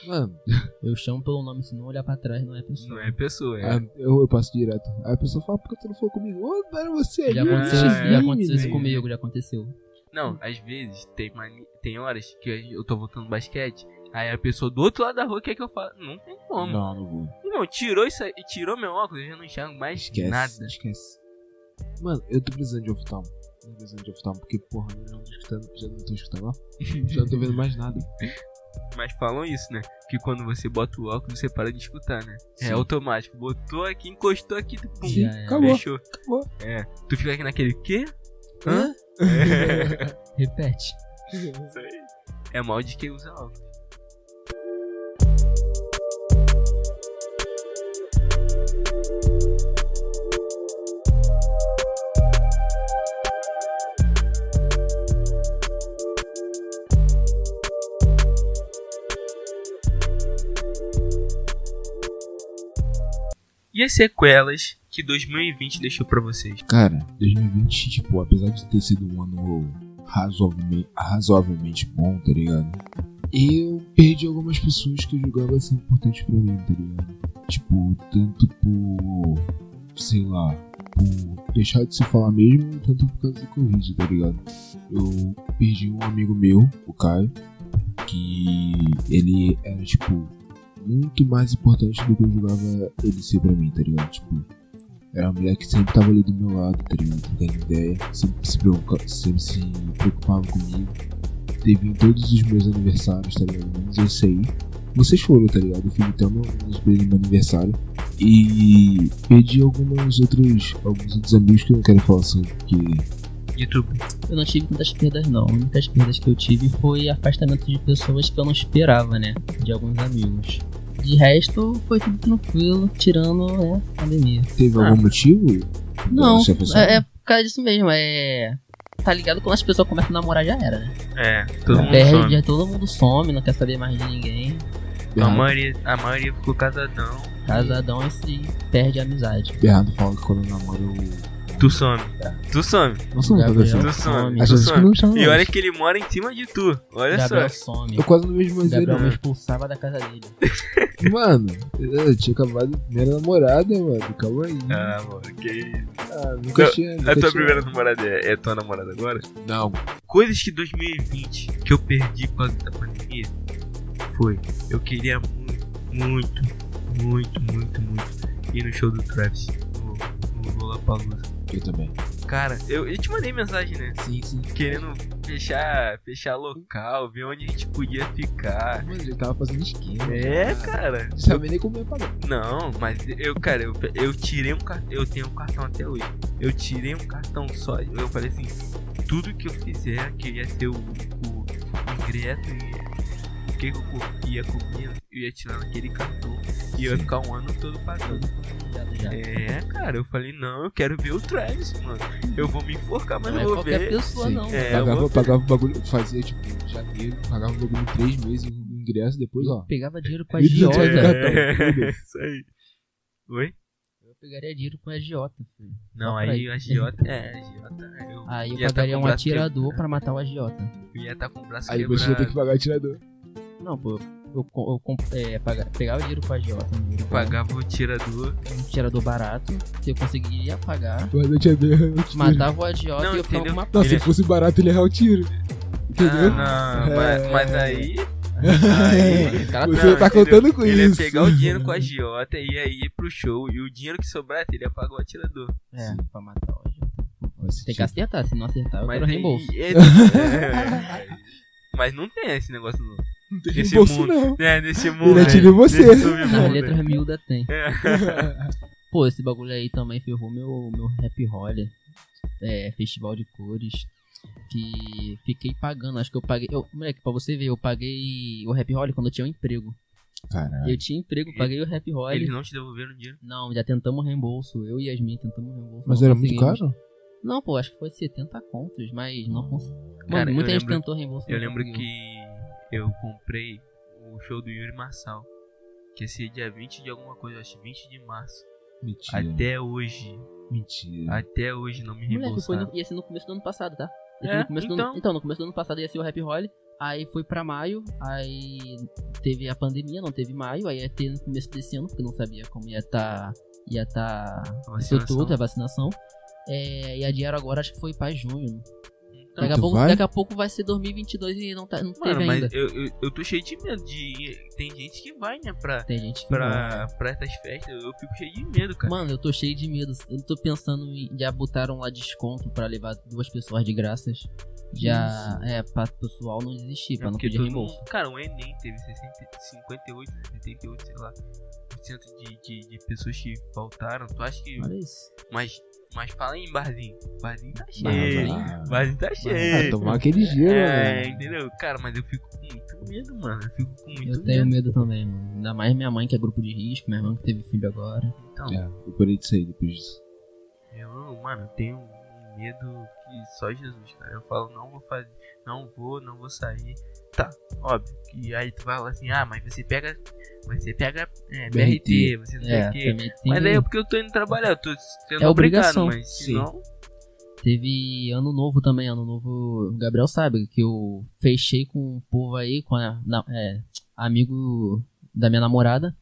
[SPEAKER 3] Mano,
[SPEAKER 4] Eu chamo pelo nome, se não olhar pra trás não é pessoa.
[SPEAKER 1] Não é pessoa, é.
[SPEAKER 3] ah, eu, eu passo direto. Aí a pessoa fala, por que tu não falou comigo? Ô, era você ali.
[SPEAKER 4] Já aconteceu,
[SPEAKER 1] é,
[SPEAKER 4] isso, já aconteceu
[SPEAKER 1] é.
[SPEAKER 4] isso comigo, já aconteceu.
[SPEAKER 1] Não, às vezes tem, mani- tem horas que eu tô voltando basquete, aí a pessoa do outro lado da rua quer que eu fale. Não tem como.
[SPEAKER 3] Não, não vou.
[SPEAKER 1] Irmão, tirou isso aí, tirou meu óculos, eu já não enxergo mais
[SPEAKER 3] Esquece.
[SPEAKER 1] nada.
[SPEAKER 3] Esquece. Mano, eu tô precisando de um oftalmo. Tô precisando de um oftalmo, porque, porra, eu não tô escutando. Já não tô escutando, ó. Já não tô vendo mais nada.
[SPEAKER 1] Mas falam isso, né? Que quando você bota o óculos, você para de escutar, né? É
[SPEAKER 3] Sim.
[SPEAKER 1] automático. Botou aqui, encostou aqui, tu pum,
[SPEAKER 4] Já era.
[SPEAKER 3] acabou.
[SPEAKER 1] fechou.
[SPEAKER 3] Acabou.
[SPEAKER 1] É. Tu fica aqui naquele quê? É.
[SPEAKER 3] Hã?
[SPEAKER 4] Repete.
[SPEAKER 1] Isso aí. É mal de quem usa óculos. E as sequelas que 2020 deixou pra vocês?
[SPEAKER 3] Cara, 2020, tipo, apesar de ter sido um ano razoavelmente, razoavelmente bom, tá ligado? Eu perdi algumas pessoas que eu julgava ser importantes pra mim, tá ligado? Tipo, tanto por. sei lá. Por deixar de se falar mesmo, tanto por causa do Covid, tá ligado? Eu perdi um amigo meu, o Caio, que ele era, tipo, muito mais importante do que eu julgava ele ser pra mim, tá ligado? Tipo, era uma mulher que sempre tava ali do meu lado, tá ligado? Trocando ideia, sempre se, preocupa, sempre se preocupava comigo. Teve em todos os meus aniversários, tá ligado? Menos esse aí. Vocês foram, tá ligado? Eu fiz até uma surpresa no meu aniversário. E perdi alguns outros, alguns outros amigos que eu não quero falar sobre, porque.
[SPEAKER 1] YouTube.
[SPEAKER 4] Eu não tive muitas perdas, não. As únicas perdas que eu tive foi afastamento de pessoas que eu não esperava, né? De alguns amigos. De resto, foi tudo tranquilo, tirando, né, a pandemia.
[SPEAKER 3] Teve
[SPEAKER 4] Ah.
[SPEAKER 3] algum motivo?
[SPEAKER 4] Não,
[SPEAKER 3] Você assim, "Ah, pensou?
[SPEAKER 4] é, é por causa disso mesmo, é... Tá ligado? Quando as pessoas começam a namorar, já era, né?
[SPEAKER 1] É, todo mundo
[SPEAKER 4] Perde,
[SPEAKER 1] some.
[SPEAKER 4] aí todo mundo some, não quer saber mais de ninguém.
[SPEAKER 1] A
[SPEAKER 3] Berrado,
[SPEAKER 1] maioria, a maioria ficou casadão.
[SPEAKER 4] Casadão e se perde a amizade.
[SPEAKER 3] Berrado fala que quando eu namoro eu.
[SPEAKER 1] Tu some. Tu some.
[SPEAKER 3] Não sou muito
[SPEAKER 4] Gabriel.
[SPEAKER 1] Tu
[SPEAKER 3] adolescente.
[SPEAKER 1] some.
[SPEAKER 3] Às
[SPEAKER 1] Tu
[SPEAKER 3] vezes que
[SPEAKER 1] some.
[SPEAKER 3] não chama
[SPEAKER 1] E olha
[SPEAKER 3] mais.
[SPEAKER 1] que ele mora em cima de tu. Olha
[SPEAKER 4] Gabriel
[SPEAKER 1] só.
[SPEAKER 4] some.
[SPEAKER 3] Eu quase não vejo mais ele, né?
[SPEAKER 4] Gabriel me
[SPEAKER 3] não.
[SPEAKER 4] expulsava da casa dele.
[SPEAKER 3] Mano, eu tinha acabado a primeira namorada, mano. Calma aí.
[SPEAKER 1] Ah, mano, que isso.
[SPEAKER 3] Ah, nunca
[SPEAKER 1] Não,
[SPEAKER 3] tinha. Nunca
[SPEAKER 1] A é tua
[SPEAKER 3] tinha.
[SPEAKER 1] primeira namorada é, é tua namorada agora?
[SPEAKER 3] Não.
[SPEAKER 1] Coisas que 2020 que eu perdi por causa da pandemia foi. Eu queria muito, muito, muito, muito, muito ir no show do Travis. No, no Lollapalooza.
[SPEAKER 3] Eu também.
[SPEAKER 1] Cara, eu, eu te mandei mensagem, né?
[SPEAKER 3] Sim, sim.
[SPEAKER 1] Querendo fechar, fechar local, ver onde a gente podia ficar.
[SPEAKER 3] Mano, ele tava fazendo esquema.
[SPEAKER 1] É, cara.
[SPEAKER 3] Não sabia nem como ia pagar.
[SPEAKER 1] Não, mas eu, cara, eu, eu tirei um cartão. Eu tenho um cartão até hoje. Eu tirei um cartão só. Eu falei assim: tudo que eu fizer, que ia ser o, o, o ingresso e o que, que eu co- ia comer, eu ia tirar naquele cartão. E eu ia ficar um ano todo pagando. É, cara, eu falei: não, eu quero ver o Travis, mano. Eu vou me enforcar, mas
[SPEAKER 4] Não
[SPEAKER 1] eu
[SPEAKER 4] é
[SPEAKER 1] vou
[SPEAKER 4] qualquer
[SPEAKER 1] ver.
[SPEAKER 4] pessoa, né?
[SPEAKER 3] Sim.
[SPEAKER 4] não.
[SPEAKER 1] É, eu
[SPEAKER 3] pagava,
[SPEAKER 1] vou-
[SPEAKER 3] pagava o bagulho, fazia tipo em janeiro, pagava o bagulho em três meses, o ingresso, depois, ó.
[SPEAKER 4] Pegava dinheiro com a
[SPEAKER 3] Me diz onde
[SPEAKER 4] agiota.
[SPEAKER 1] É, isso aí. Oi?
[SPEAKER 4] Eu pegaria dinheiro com a agiota. filho.
[SPEAKER 1] Não,
[SPEAKER 4] Só
[SPEAKER 1] aí
[SPEAKER 4] pra
[SPEAKER 1] o
[SPEAKER 4] ir.
[SPEAKER 1] agiota. É, agiota. Eu
[SPEAKER 4] Aí eu
[SPEAKER 1] ia tá
[SPEAKER 4] pagaria
[SPEAKER 1] com o
[SPEAKER 4] um
[SPEAKER 1] braço
[SPEAKER 4] atirador
[SPEAKER 1] quebrado.
[SPEAKER 4] pra matar o agiota.
[SPEAKER 1] Eu ia estar com o braço
[SPEAKER 3] Aí você
[SPEAKER 1] quebrado.
[SPEAKER 3] ia ter que pagar atirador.
[SPEAKER 4] Não, pô, eu, co- eu comp- é, paga- pegava dinheiro com a agiota. um dinheiro com
[SPEAKER 1] Pagava o tirador.
[SPEAKER 4] Um atirador barato, que eu conseguiria pagar.
[SPEAKER 3] Mas eu tinha ver.
[SPEAKER 4] Matava o agiota
[SPEAKER 1] Não,
[SPEAKER 4] e eu ficava
[SPEAKER 1] entendeu?
[SPEAKER 4] com uma p.
[SPEAKER 3] Nossa,
[SPEAKER 1] Ele-
[SPEAKER 3] se fosse barato, ele ia errar o tiro. Entendeu?
[SPEAKER 1] Ah, tá, não,
[SPEAKER 3] É.
[SPEAKER 1] mas, mas aí. aí
[SPEAKER 4] Esse cara
[SPEAKER 3] Você
[SPEAKER 1] não,
[SPEAKER 3] tá
[SPEAKER 1] entendeu?
[SPEAKER 3] contando com
[SPEAKER 1] ele
[SPEAKER 3] isso.
[SPEAKER 1] ia pegar o dinheiro com a agiota e ia ir pro show. E o dinheiro que sobrasse, ele ia pagar o atirador.
[SPEAKER 4] É, pra matar o agiota.
[SPEAKER 3] Faz
[SPEAKER 4] Tem que
[SPEAKER 3] sentido.
[SPEAKER 4] acertar, se não acertar, eu
[SPEAKER 1] mas
[SPEAKER 4] quero
[SPEAKER 1] aí-
[SPEAKER 4] reembolso.
[SPEAKER 1] é- é. Mas não tem esse negócio no.
[SPEAKER 3] Não tem
[SPEAKER 1] Nesse
[SPEAKER 3] bolso,
[SPEAKER 1] mundo.
[SPEAKER 3] não.
[SPEAKER 1] É, nesse mundo.
[SPEAKER 3] atira
[SPEAKER 1] né?
[SPEAKER 3] em você.
[SPEAKER 1] Nesse
[SPEAKER 4] Nas
[SPEAKER 1] submundo.
[SPEAKER 4] letras miúdas tem.
[SPEAKER 1] É.
[SPEAKER 4] Pô, esse bagulho aí também ferrou meu, meu rap roller. É, festival de cores. Que fiquei pagando, acho que eu paguei. Eu, moleque, pra você ver, eu paguei o rap roller quando eu tinha um emprego.
[SPEAKER 3] Caralho.
[SPEAKER 4] Eu tinha emprego, paguei o rap
[SPEAKER 1] Eles
[SPEAKER 4] roller.
[SPEAKER 1] Ah. não te devolveram o dinheiro.
[SPEAKER 4] Não, já tentamos reembolso. Eu e Yasmin tentamos reembolso.
[SPEAKER 3] Mas
[SPEAKER 4] não
[SPEAKER 3] era muito
[SPEAKER 4] conseguimos.
[SPEAKER 3] caro?
[SPEAKER 4] Não, pô, acho que foi 70 contos, mas não consegui. Mano,
[SPEAKER 1] Hum. Cara, eu
[SPEAKER 4] muita gente
[SPEAKER 1] lembro-
[SPEAKER 4] tentou reembolso.
[SPEAKER 1] Eu
[SPEAKER 4] não
[SPEAKER 1] lembro
[SPEAKER 4] conseguiu.
[SPEAKER 1] que eu comprei o show do Yuri Marçal. Que ia ser dia 20 de alguma coisa, acho 20 de março.
[SPEAKER 3] Mentira.
[SPEAKER 1] Até hoje.
[SPEAKER 3] Mentira.
[SPEAKER 1] Até hoje não me
[SPEAKER 4] Moleque, foi
[SPEAKER 1] reembolsaram.
[SPEAKER 4] no, ia ser no começo do ano passado, tá? Ia ser
[SPEAKER 1] É,
[SPEAKER 4] no começo do ano-
[SPEAKER 1] então.
[SPEAKER 4] então, no começo do ano passado ia ser o Rap Holly. Aí foi pra maio, aí teve a pandemia, não teve maio, aí ia ter no começo desse ano, porque não sabia como ia tá. ia tá.
[SPEAKER 1] A
[SPEAKER 4] Isso
[SPEAKER 1] vacinação.
[SPEAKER 4] é tudo, a vacinação. É, e adiaram agora, acho que foi pra junho. Daqui a,
[SPEAKER 3] Tu
[SPEAKER 4] pouco,
[SPEAKER 3] vai?
[SPEAKER 4] daqui a pouco vai ser 2022 e não, tá, não
[SPEAKER 1] Então, Mano,
[SPEAKER 4] teve
[SPEAKER 1] mas
[SPEAKER 4] ainda.
[SPEAKER 1] eu, eu, eu tô cheio de medo de. Tem gente que vai, né, pra,
[SPEAKER 4] Tem gente que não.
[SPEAKER 1] pra, pra essas festas. Eu fico cheio de medo, cara.
[SPEAKER 4] Mano, eu tô cheio de medo. Eu tô pensando em. Já botaram lá desconto pra levar duas pessoas de graças. Já. É, pra pessoal não desistir,
[SPEAKER 1] É
[SPEAKER 4] pra não
[SPEAKER 1] porque
[SPEAKER 4] pedir
[SPEAKER 1] todo
[SPEAKER 4] reembolso.
[SPEAKER 1] mundo- Cara, o Enem teve 60, 58, 78, sei lá, por cento de, de, de pessoas que faltaram. Tu acha que.
[SPEAKER 4] Olha isso.
[SPEAKER 1] Mas, mas fala em barzinho. Barzinho tá cheio.
[SPEAKER 3] Ah, vai.
[SPEAKER 1] Barzinho tá
[SPEAKER 3] Ah,
[SPEAKER 1] cheio.
[SPEAKER 3] tomar aquele gelo,
[SPEAKER 1] É,
[SPEAKER 3] né?
[SPEAKER 1] entendeu? Cara, mas eu fico com muito medo, mano. Eu fico com muito
[SPEAKER 4] Eu tenho
[SPEAKER 1] medo.
[SPEAKER 4] medo também, mano. Ainda mais minha mãe, que é grupo de risco, minha irmã que teve filho agora.
[SPEAKER 1] Então,
[SPEAKER 3] É, eu parei de sair depois disso.
[SPEAKER 1] eu, mano, eu tenho um medo que só Jesus, cara. Eu falo, não vou fazer, não vou, não vou sair. Tá, óbvio. E aí tu fala assim, ah, mas você pega. Você pega é, BRT, você não sei o quê.
[SPEAKER 4] também tem.
[SPEAKER 1] Mas aí é porque eu tô indo trabalhar, eu tô sendo
[SPEAKER 4] É
[SPEAKER 1] obrigado,
[SPEAKER 4] obrigação.
[SPEAKER 1] mas se
[SPEAKER 4] Sim.
[SPEAKER 1] não.
[SPEAKER 4] Teve ano novo também, ano novo. O Gabriel sabe que eu fechei com um povo aí, com a, na- é, amigo da minha namorada,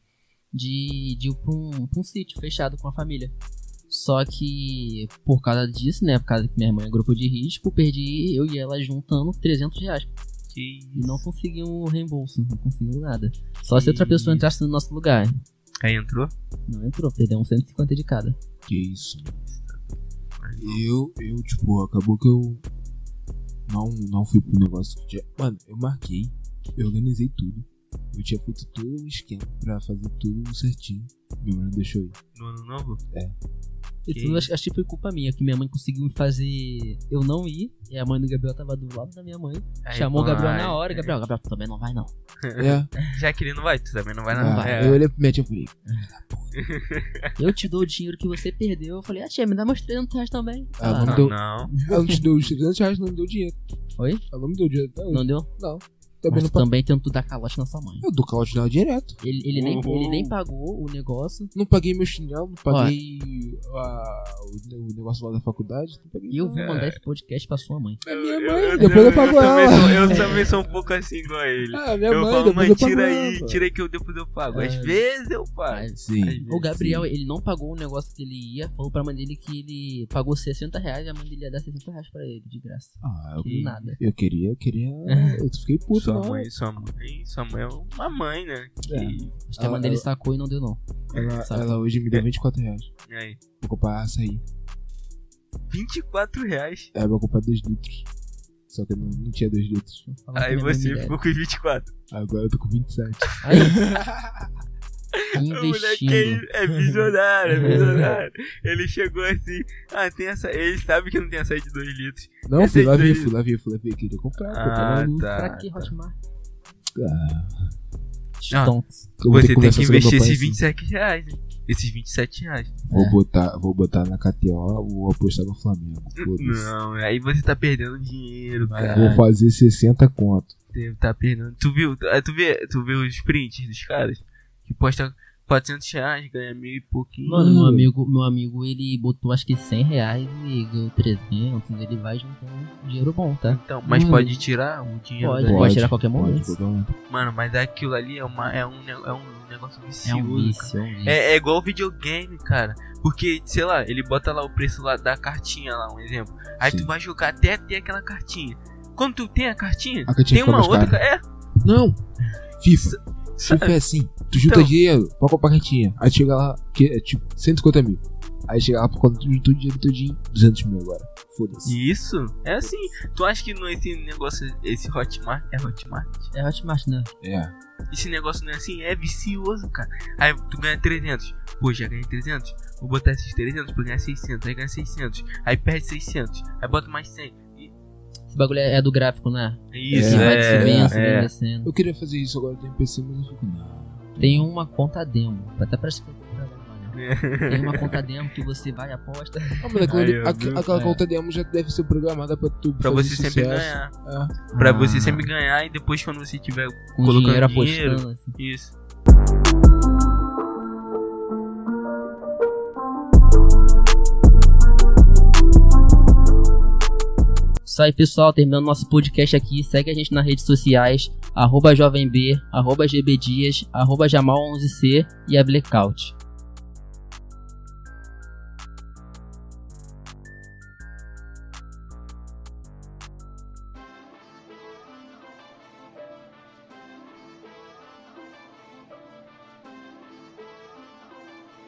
[SPEAKER 4] de, de ir pra um, pra um sítio fechado com a família. Só que por causa disso, né? Por causa que minha irmã é grupo de risco, perdi eu e ela juntando 300 reais.
[SPEAKER 1] Que
[SPEAKER 4] E não
[SPEAKER 1] isso.
[SPEAKER 4] consegui um reembolso, não conseguimos nada. Só se outra
[SPEAKER 1] Que
[SPEAKER 4] pessoa entrasse no nosso lugar.
[SPEAKER 1] Aí entrou?
[SPEAKER 4] Não entrou, perdeu uns 150 de cada.
[SPEAKER 3] Que isso. Eu, eu, tipo, acabou que eu não, não fui pro negócio que tinha. Mano, eu marquei, eu organizei tudo. Eu tinha feito todo o esquema pra fazer tudo certinho. Minha mãe não deixou eu ir.
[SPEAKER 1] No ano novo?
[SPEAKER 4] E
[SPEAKER 1] Que
[SPEAKER 4] tudo,
[SPEAKER 1] isso.
[SPEAKER 4] acho, acho que foi culpa minha, que minha mãe conseguiu me fazer eu não ir. E a mãe do Gabriel tava do lado da minha mãe.
[SPEAKER 1] Aí,
[SPEAKER 4] chamou o Gabriel na
[SPEAKER 1] vai.
[SPEAKER 4] hora. Gabriel, Gabriel, tu também não vai não.
[SPEAKER 3] É,
[SPEAKER 1] Já que ele não vai, tu também não vai, não.
[SPEAKER 3] ah,
[SPEAKER 1] vai.
[SPEAKER 4] é.
[SPEAKER 3] eu olhei pra minha tia e falei,
[SPEAKER 4] Eu te dou o dinheiro que você perdeu. Eu falei, ah, tia, me dá meus 300 reais também.
[SPEAKER 3] Ah,
[SPEAKER 4] Ah,
[SPEAKER 3] vamos-
[SPEAKER 1] Não,
[SPEAKER 3] deu-
[SPEAKER 1] não.
[SPEAKER 3] ela te deu os 300 reais, não me deu dinheiro.
[SPEAKER 4] Oi?
[SPEAKER 3] Ela não me deu dinheiro até hoje.
[SPEAKER 4] Não deu?
[SPEAKER 3] Também
[SPEAKER 4] Mas
[SPEAKER 3] não
[SPEAKER 4] tu
[SPEAKER 3] paguei.
[SPEAKER 4] também tentou dar calote na sua mãe.
[SPEAKER 3] Eu dou calote nela direto.
[SPEAKER 4] Ele, ele, nem,
[SPEAKER 6] Uhum.
[SPEAKER 4] ele nem pagou o negócio.
[SPEAKER 3] Não paguei meu chinelo, não paguei a- o, o negócio lá da faculdade. Não paguei
[SPEAKER 4] E eu
[SPEAKER 3] nada.
[SPEAKER 4] vou mandar esse podcast pra sua mãe.
[SPEAKER 3] É minha mãe, depois eu pago
[SPEAKER 1] também
[SPEAKER 3] ela.
[SPEAKER 1] sou- eu também sou um pouco assim igual a ele.
[SPEAKER 3] Ah, minha
[SPEAKER 1] Eu
[SPEAKER 3] mãe,
[SPEAKER 1] falo,
[SPEAKER 3] depois
[SPEAKER 1] mãe,
[SPEAKER 3] eu pago
[SPEAKER 1] tira
[SPEAKER 3] ela.
[SPEAKER 1] aí, tira aí que eu depois eu pago. Às
[SPEAKER 4] É.
[SPEAKER 1] vezes eu pago.
[SPEAKER 4] Mas
[SPEAKER 3] Sim. é
[SPEAKER 1] Às
[SPEAKER 4] O
[SPEAKER 1] vezes.
[SPEAKER 4] Gabriel, ele não pagou o negócio que ele ia. Falou pra mãe dele que ele pagou 60 reais e a mãe dele ia dar 60 reais pra ele, de graça.
[SPEAKER 3] Ah, eu,
[SPEAKER 4] Que nada.
[SPEAKER 3] eu queria, eu queria. Eu fiquei puto,
[SPEAKER 1] Sua
[SPEAKER 3] não.
[SPEAKER 1] mãe, sua mãe, sua mãe é uma mãe, né?
[SPEAKER 3] É.
[SPEAKER 4] Acho que a mãe
[SPEAKER 3] Ela-
[SPEAKER 4] dele
[SPEAKER 3] ela-
[SPEAKER 4] sacou e não deu não.
[SPEAKER 3] Ela,
[SPEAKER 1] tá.
[SPEAKER 4] Sabe?
[SPEAKER 3] ela hoje me deu 24 reais.
[SPEAKER 1] E aí?
[SPEAKER 3] Vou comprar açaí.
[SPEAKER 1] 24 reais.
[SPEAKER 3] Aí eu vou comprar 2 litros. Só que eu não, não tinha 2 litros.
[SPEAKER 4] Fala pra
[SPEAKER 1] Aí
[SPEAKER 4] minha mãe é
[SPEAKER 1] você
[SPEAKER 4] me der.
[SPEAKER 1] ficou com 24.
[SPEAKER 3] Agora eu tô com 27.
[SPEAKER 4] Aí,
[SPEAKER 1] O moleque
[SPEAKER 4] investindo.
[SPEAKER 1] é, é visionário, é visionário. Ele chegou assim, ah, tem essa. Ele sabe que não tem açaí de 2 litros.
[SPEAKER 3] Não,
[SPEAKER 1] Esse
[SPEAKER 3] fui lá
[SPEAKER 1] dois
[SPEAKER 3] ver,
[SPEAKER 1] litros.
[SPEAKER 3] fui lá ver, fui lá ver. Queria comprar, comprar
[SPEAKER 1] Ah,
[SPEAKER 3] maluco.
[SPEAKER 1] tá.
[SPEAKER 4] Pra que Hotmart?
[SPEAKER 3] Ah,
[SPEAKER 4] Stonks.
[SPEAKER 3] eu vou
[SPEAKER 1] Você
[SPEAKER 3] ter
[SPEAKER 1] tem
[SPEAKER 3] conversar
[SPEAKER 1] que investir
[SPEAKER 3] sobre meu pai
[SPEAKER 1] esses
[SPEAKER 3] assim.
[SPEAKER 1] 27 reais, hein? Esses 27 reais.
[SPEAKER 3] Vou botar, vou botar na KTO, vou apostar no Flamengo. Foda-se.
[SPEAKER 1] Não, aí você tá perdendo dinheiro, cara.
[SPEAKER 3] Vou fazer 60 conto.
[SPEAKER 1] Você tá perdendo. Tu viu? Ah, Tu vê, tu vê os prints dos caras? Que posta 400 reais, ganha mil e pouquinho.
[SPEAKER 4] Mano, meu
[SPEAKER 3] Hum.
[SPEAKER 4] amigo, meu amigo, ele botou acho que 100 reais e ganhou 300. Ele vai juntando dinheiro bom, tá?
[SPEAKER 1] Então, mas
[SPEAKER 4] Mano.
[SPEAKER 1] pode tirar o dinheiro
[SPEAKER 4] Pode,
[SPEAKER 1] daí.
[SPEAKER 4] pode. tirar qualquer
[SPEAKER 3] pode,
[SPEAKER 4] momento.
[SPEAKER 3] qualquer momento.
[SPEAKER 1] Mano, mas aquilo ali é, uma, é, um, ne- é um negócio
[SPEAKER 4] É um
[SPEAKER 1] vicioso.
[SPEAKER 4] vício, é um vício.
[SPEAKER 1] É, é igual videogame, cara. Porque, sei lá, ele bota lá o preço lá da cartinha lá, um exemplo. Aí
[SPEAKER 3] Sim.
[SPEAKER 1] tu vai jogar até ter aquela cartinha. Quando tu tem a cartinha,
[SPEAKER 3] A
[SPEAKER 1] tem
[SPEAKER 3] cartinha
[SPEAKER 1] uma
[SPEAKER 3] fica mais
[SPEAKER 1] outra. ca-
[SPEAKER 3] Não! FIFA.
[SPEAKER 1] É,
[SPEAKER 3] FIFA
[SPEAKER 1] sabe?
[SPEAKER 3] é assim, tu junta
[SPEAKER 1] Então-
[SPEAKER 3] dinheiro pra comprar cartinha, aí chega lá, que é tipo 150 mil. Aí chega lá, quando tu juntou o dinheiro todinho, 200 mil agora. Foda-se.
[SPEAKER 1] Isso, é assim. Tu acha que não é esse negócio, esse Hotmart, é Hotmart?
[SPEAKER 4] É Hotmart, né?
[SPEAKER 3] É.
[SPEAKER 1] Esse negócio não é assim, é vicioso, cara. Aí tu ganha 300. Pô, já ganhei 300. Vou botar esses 300 pra ganhar 600. Aí ganha 600. Aí perde 600. Aí bota mais 100. E-
[SPEAKER 4] Esse bagulho é é do gráfico, né?
[SPEAKER 1] é Isso,
[SPEAKER 4] que vai
[SPEAKER 1] é.
[SPEAKER 4] subindo, subindo,
[SPEAKER 1] é.
[SPEAKER 4] descendo.
[SPEAKER 3] Eu queria fazer isso agora no PC, mas eu fico, não.
[SPEAKER 4] Tem uma conta demo. tá Até parece que eu tô trabalhando, né? Tem uma conta demo que você vai e aposta.
[SPEAKER 3] Ah, mas aquela,
[SPEAKER 1] Aí, eu
[SPEAKER 3] aque-
[SPEAKER 1] vi.
[SPEAKER 3] aquela
[SPEAKER 4] É.
[SPEAKER 3] conta demo já deve ser programada pra tu
[SPEAKER 1] Pra
[SPEAKER 3] fazer
[SPEAKER 1] você sempre
[SPEAKER 3] sucesso.
[SPEAKER 1] ganhar.
[SPEAKER 3] É.
[SPEAKER 1] Pra
[SPEAKER 4] Ah,
[SPEAKER 1] você sempre ganhar e depois quando você tiver
[SPEAKER 4] com
[SPEAKER 1] colocando
[SPEAKER 4] dinheiro
[SPEAKER 1] dinheiro.
[SPEAKER 4] apostando. assim.
[SPEAKER 1] isso.
[SPEAKER 4] Isso aí, pessoal. Terminando nosso podcast aqui. Segue a gente nas redes sociais. Arroba Jovem B, arroba GB Dias, arroba Jamal11C e a Blackout.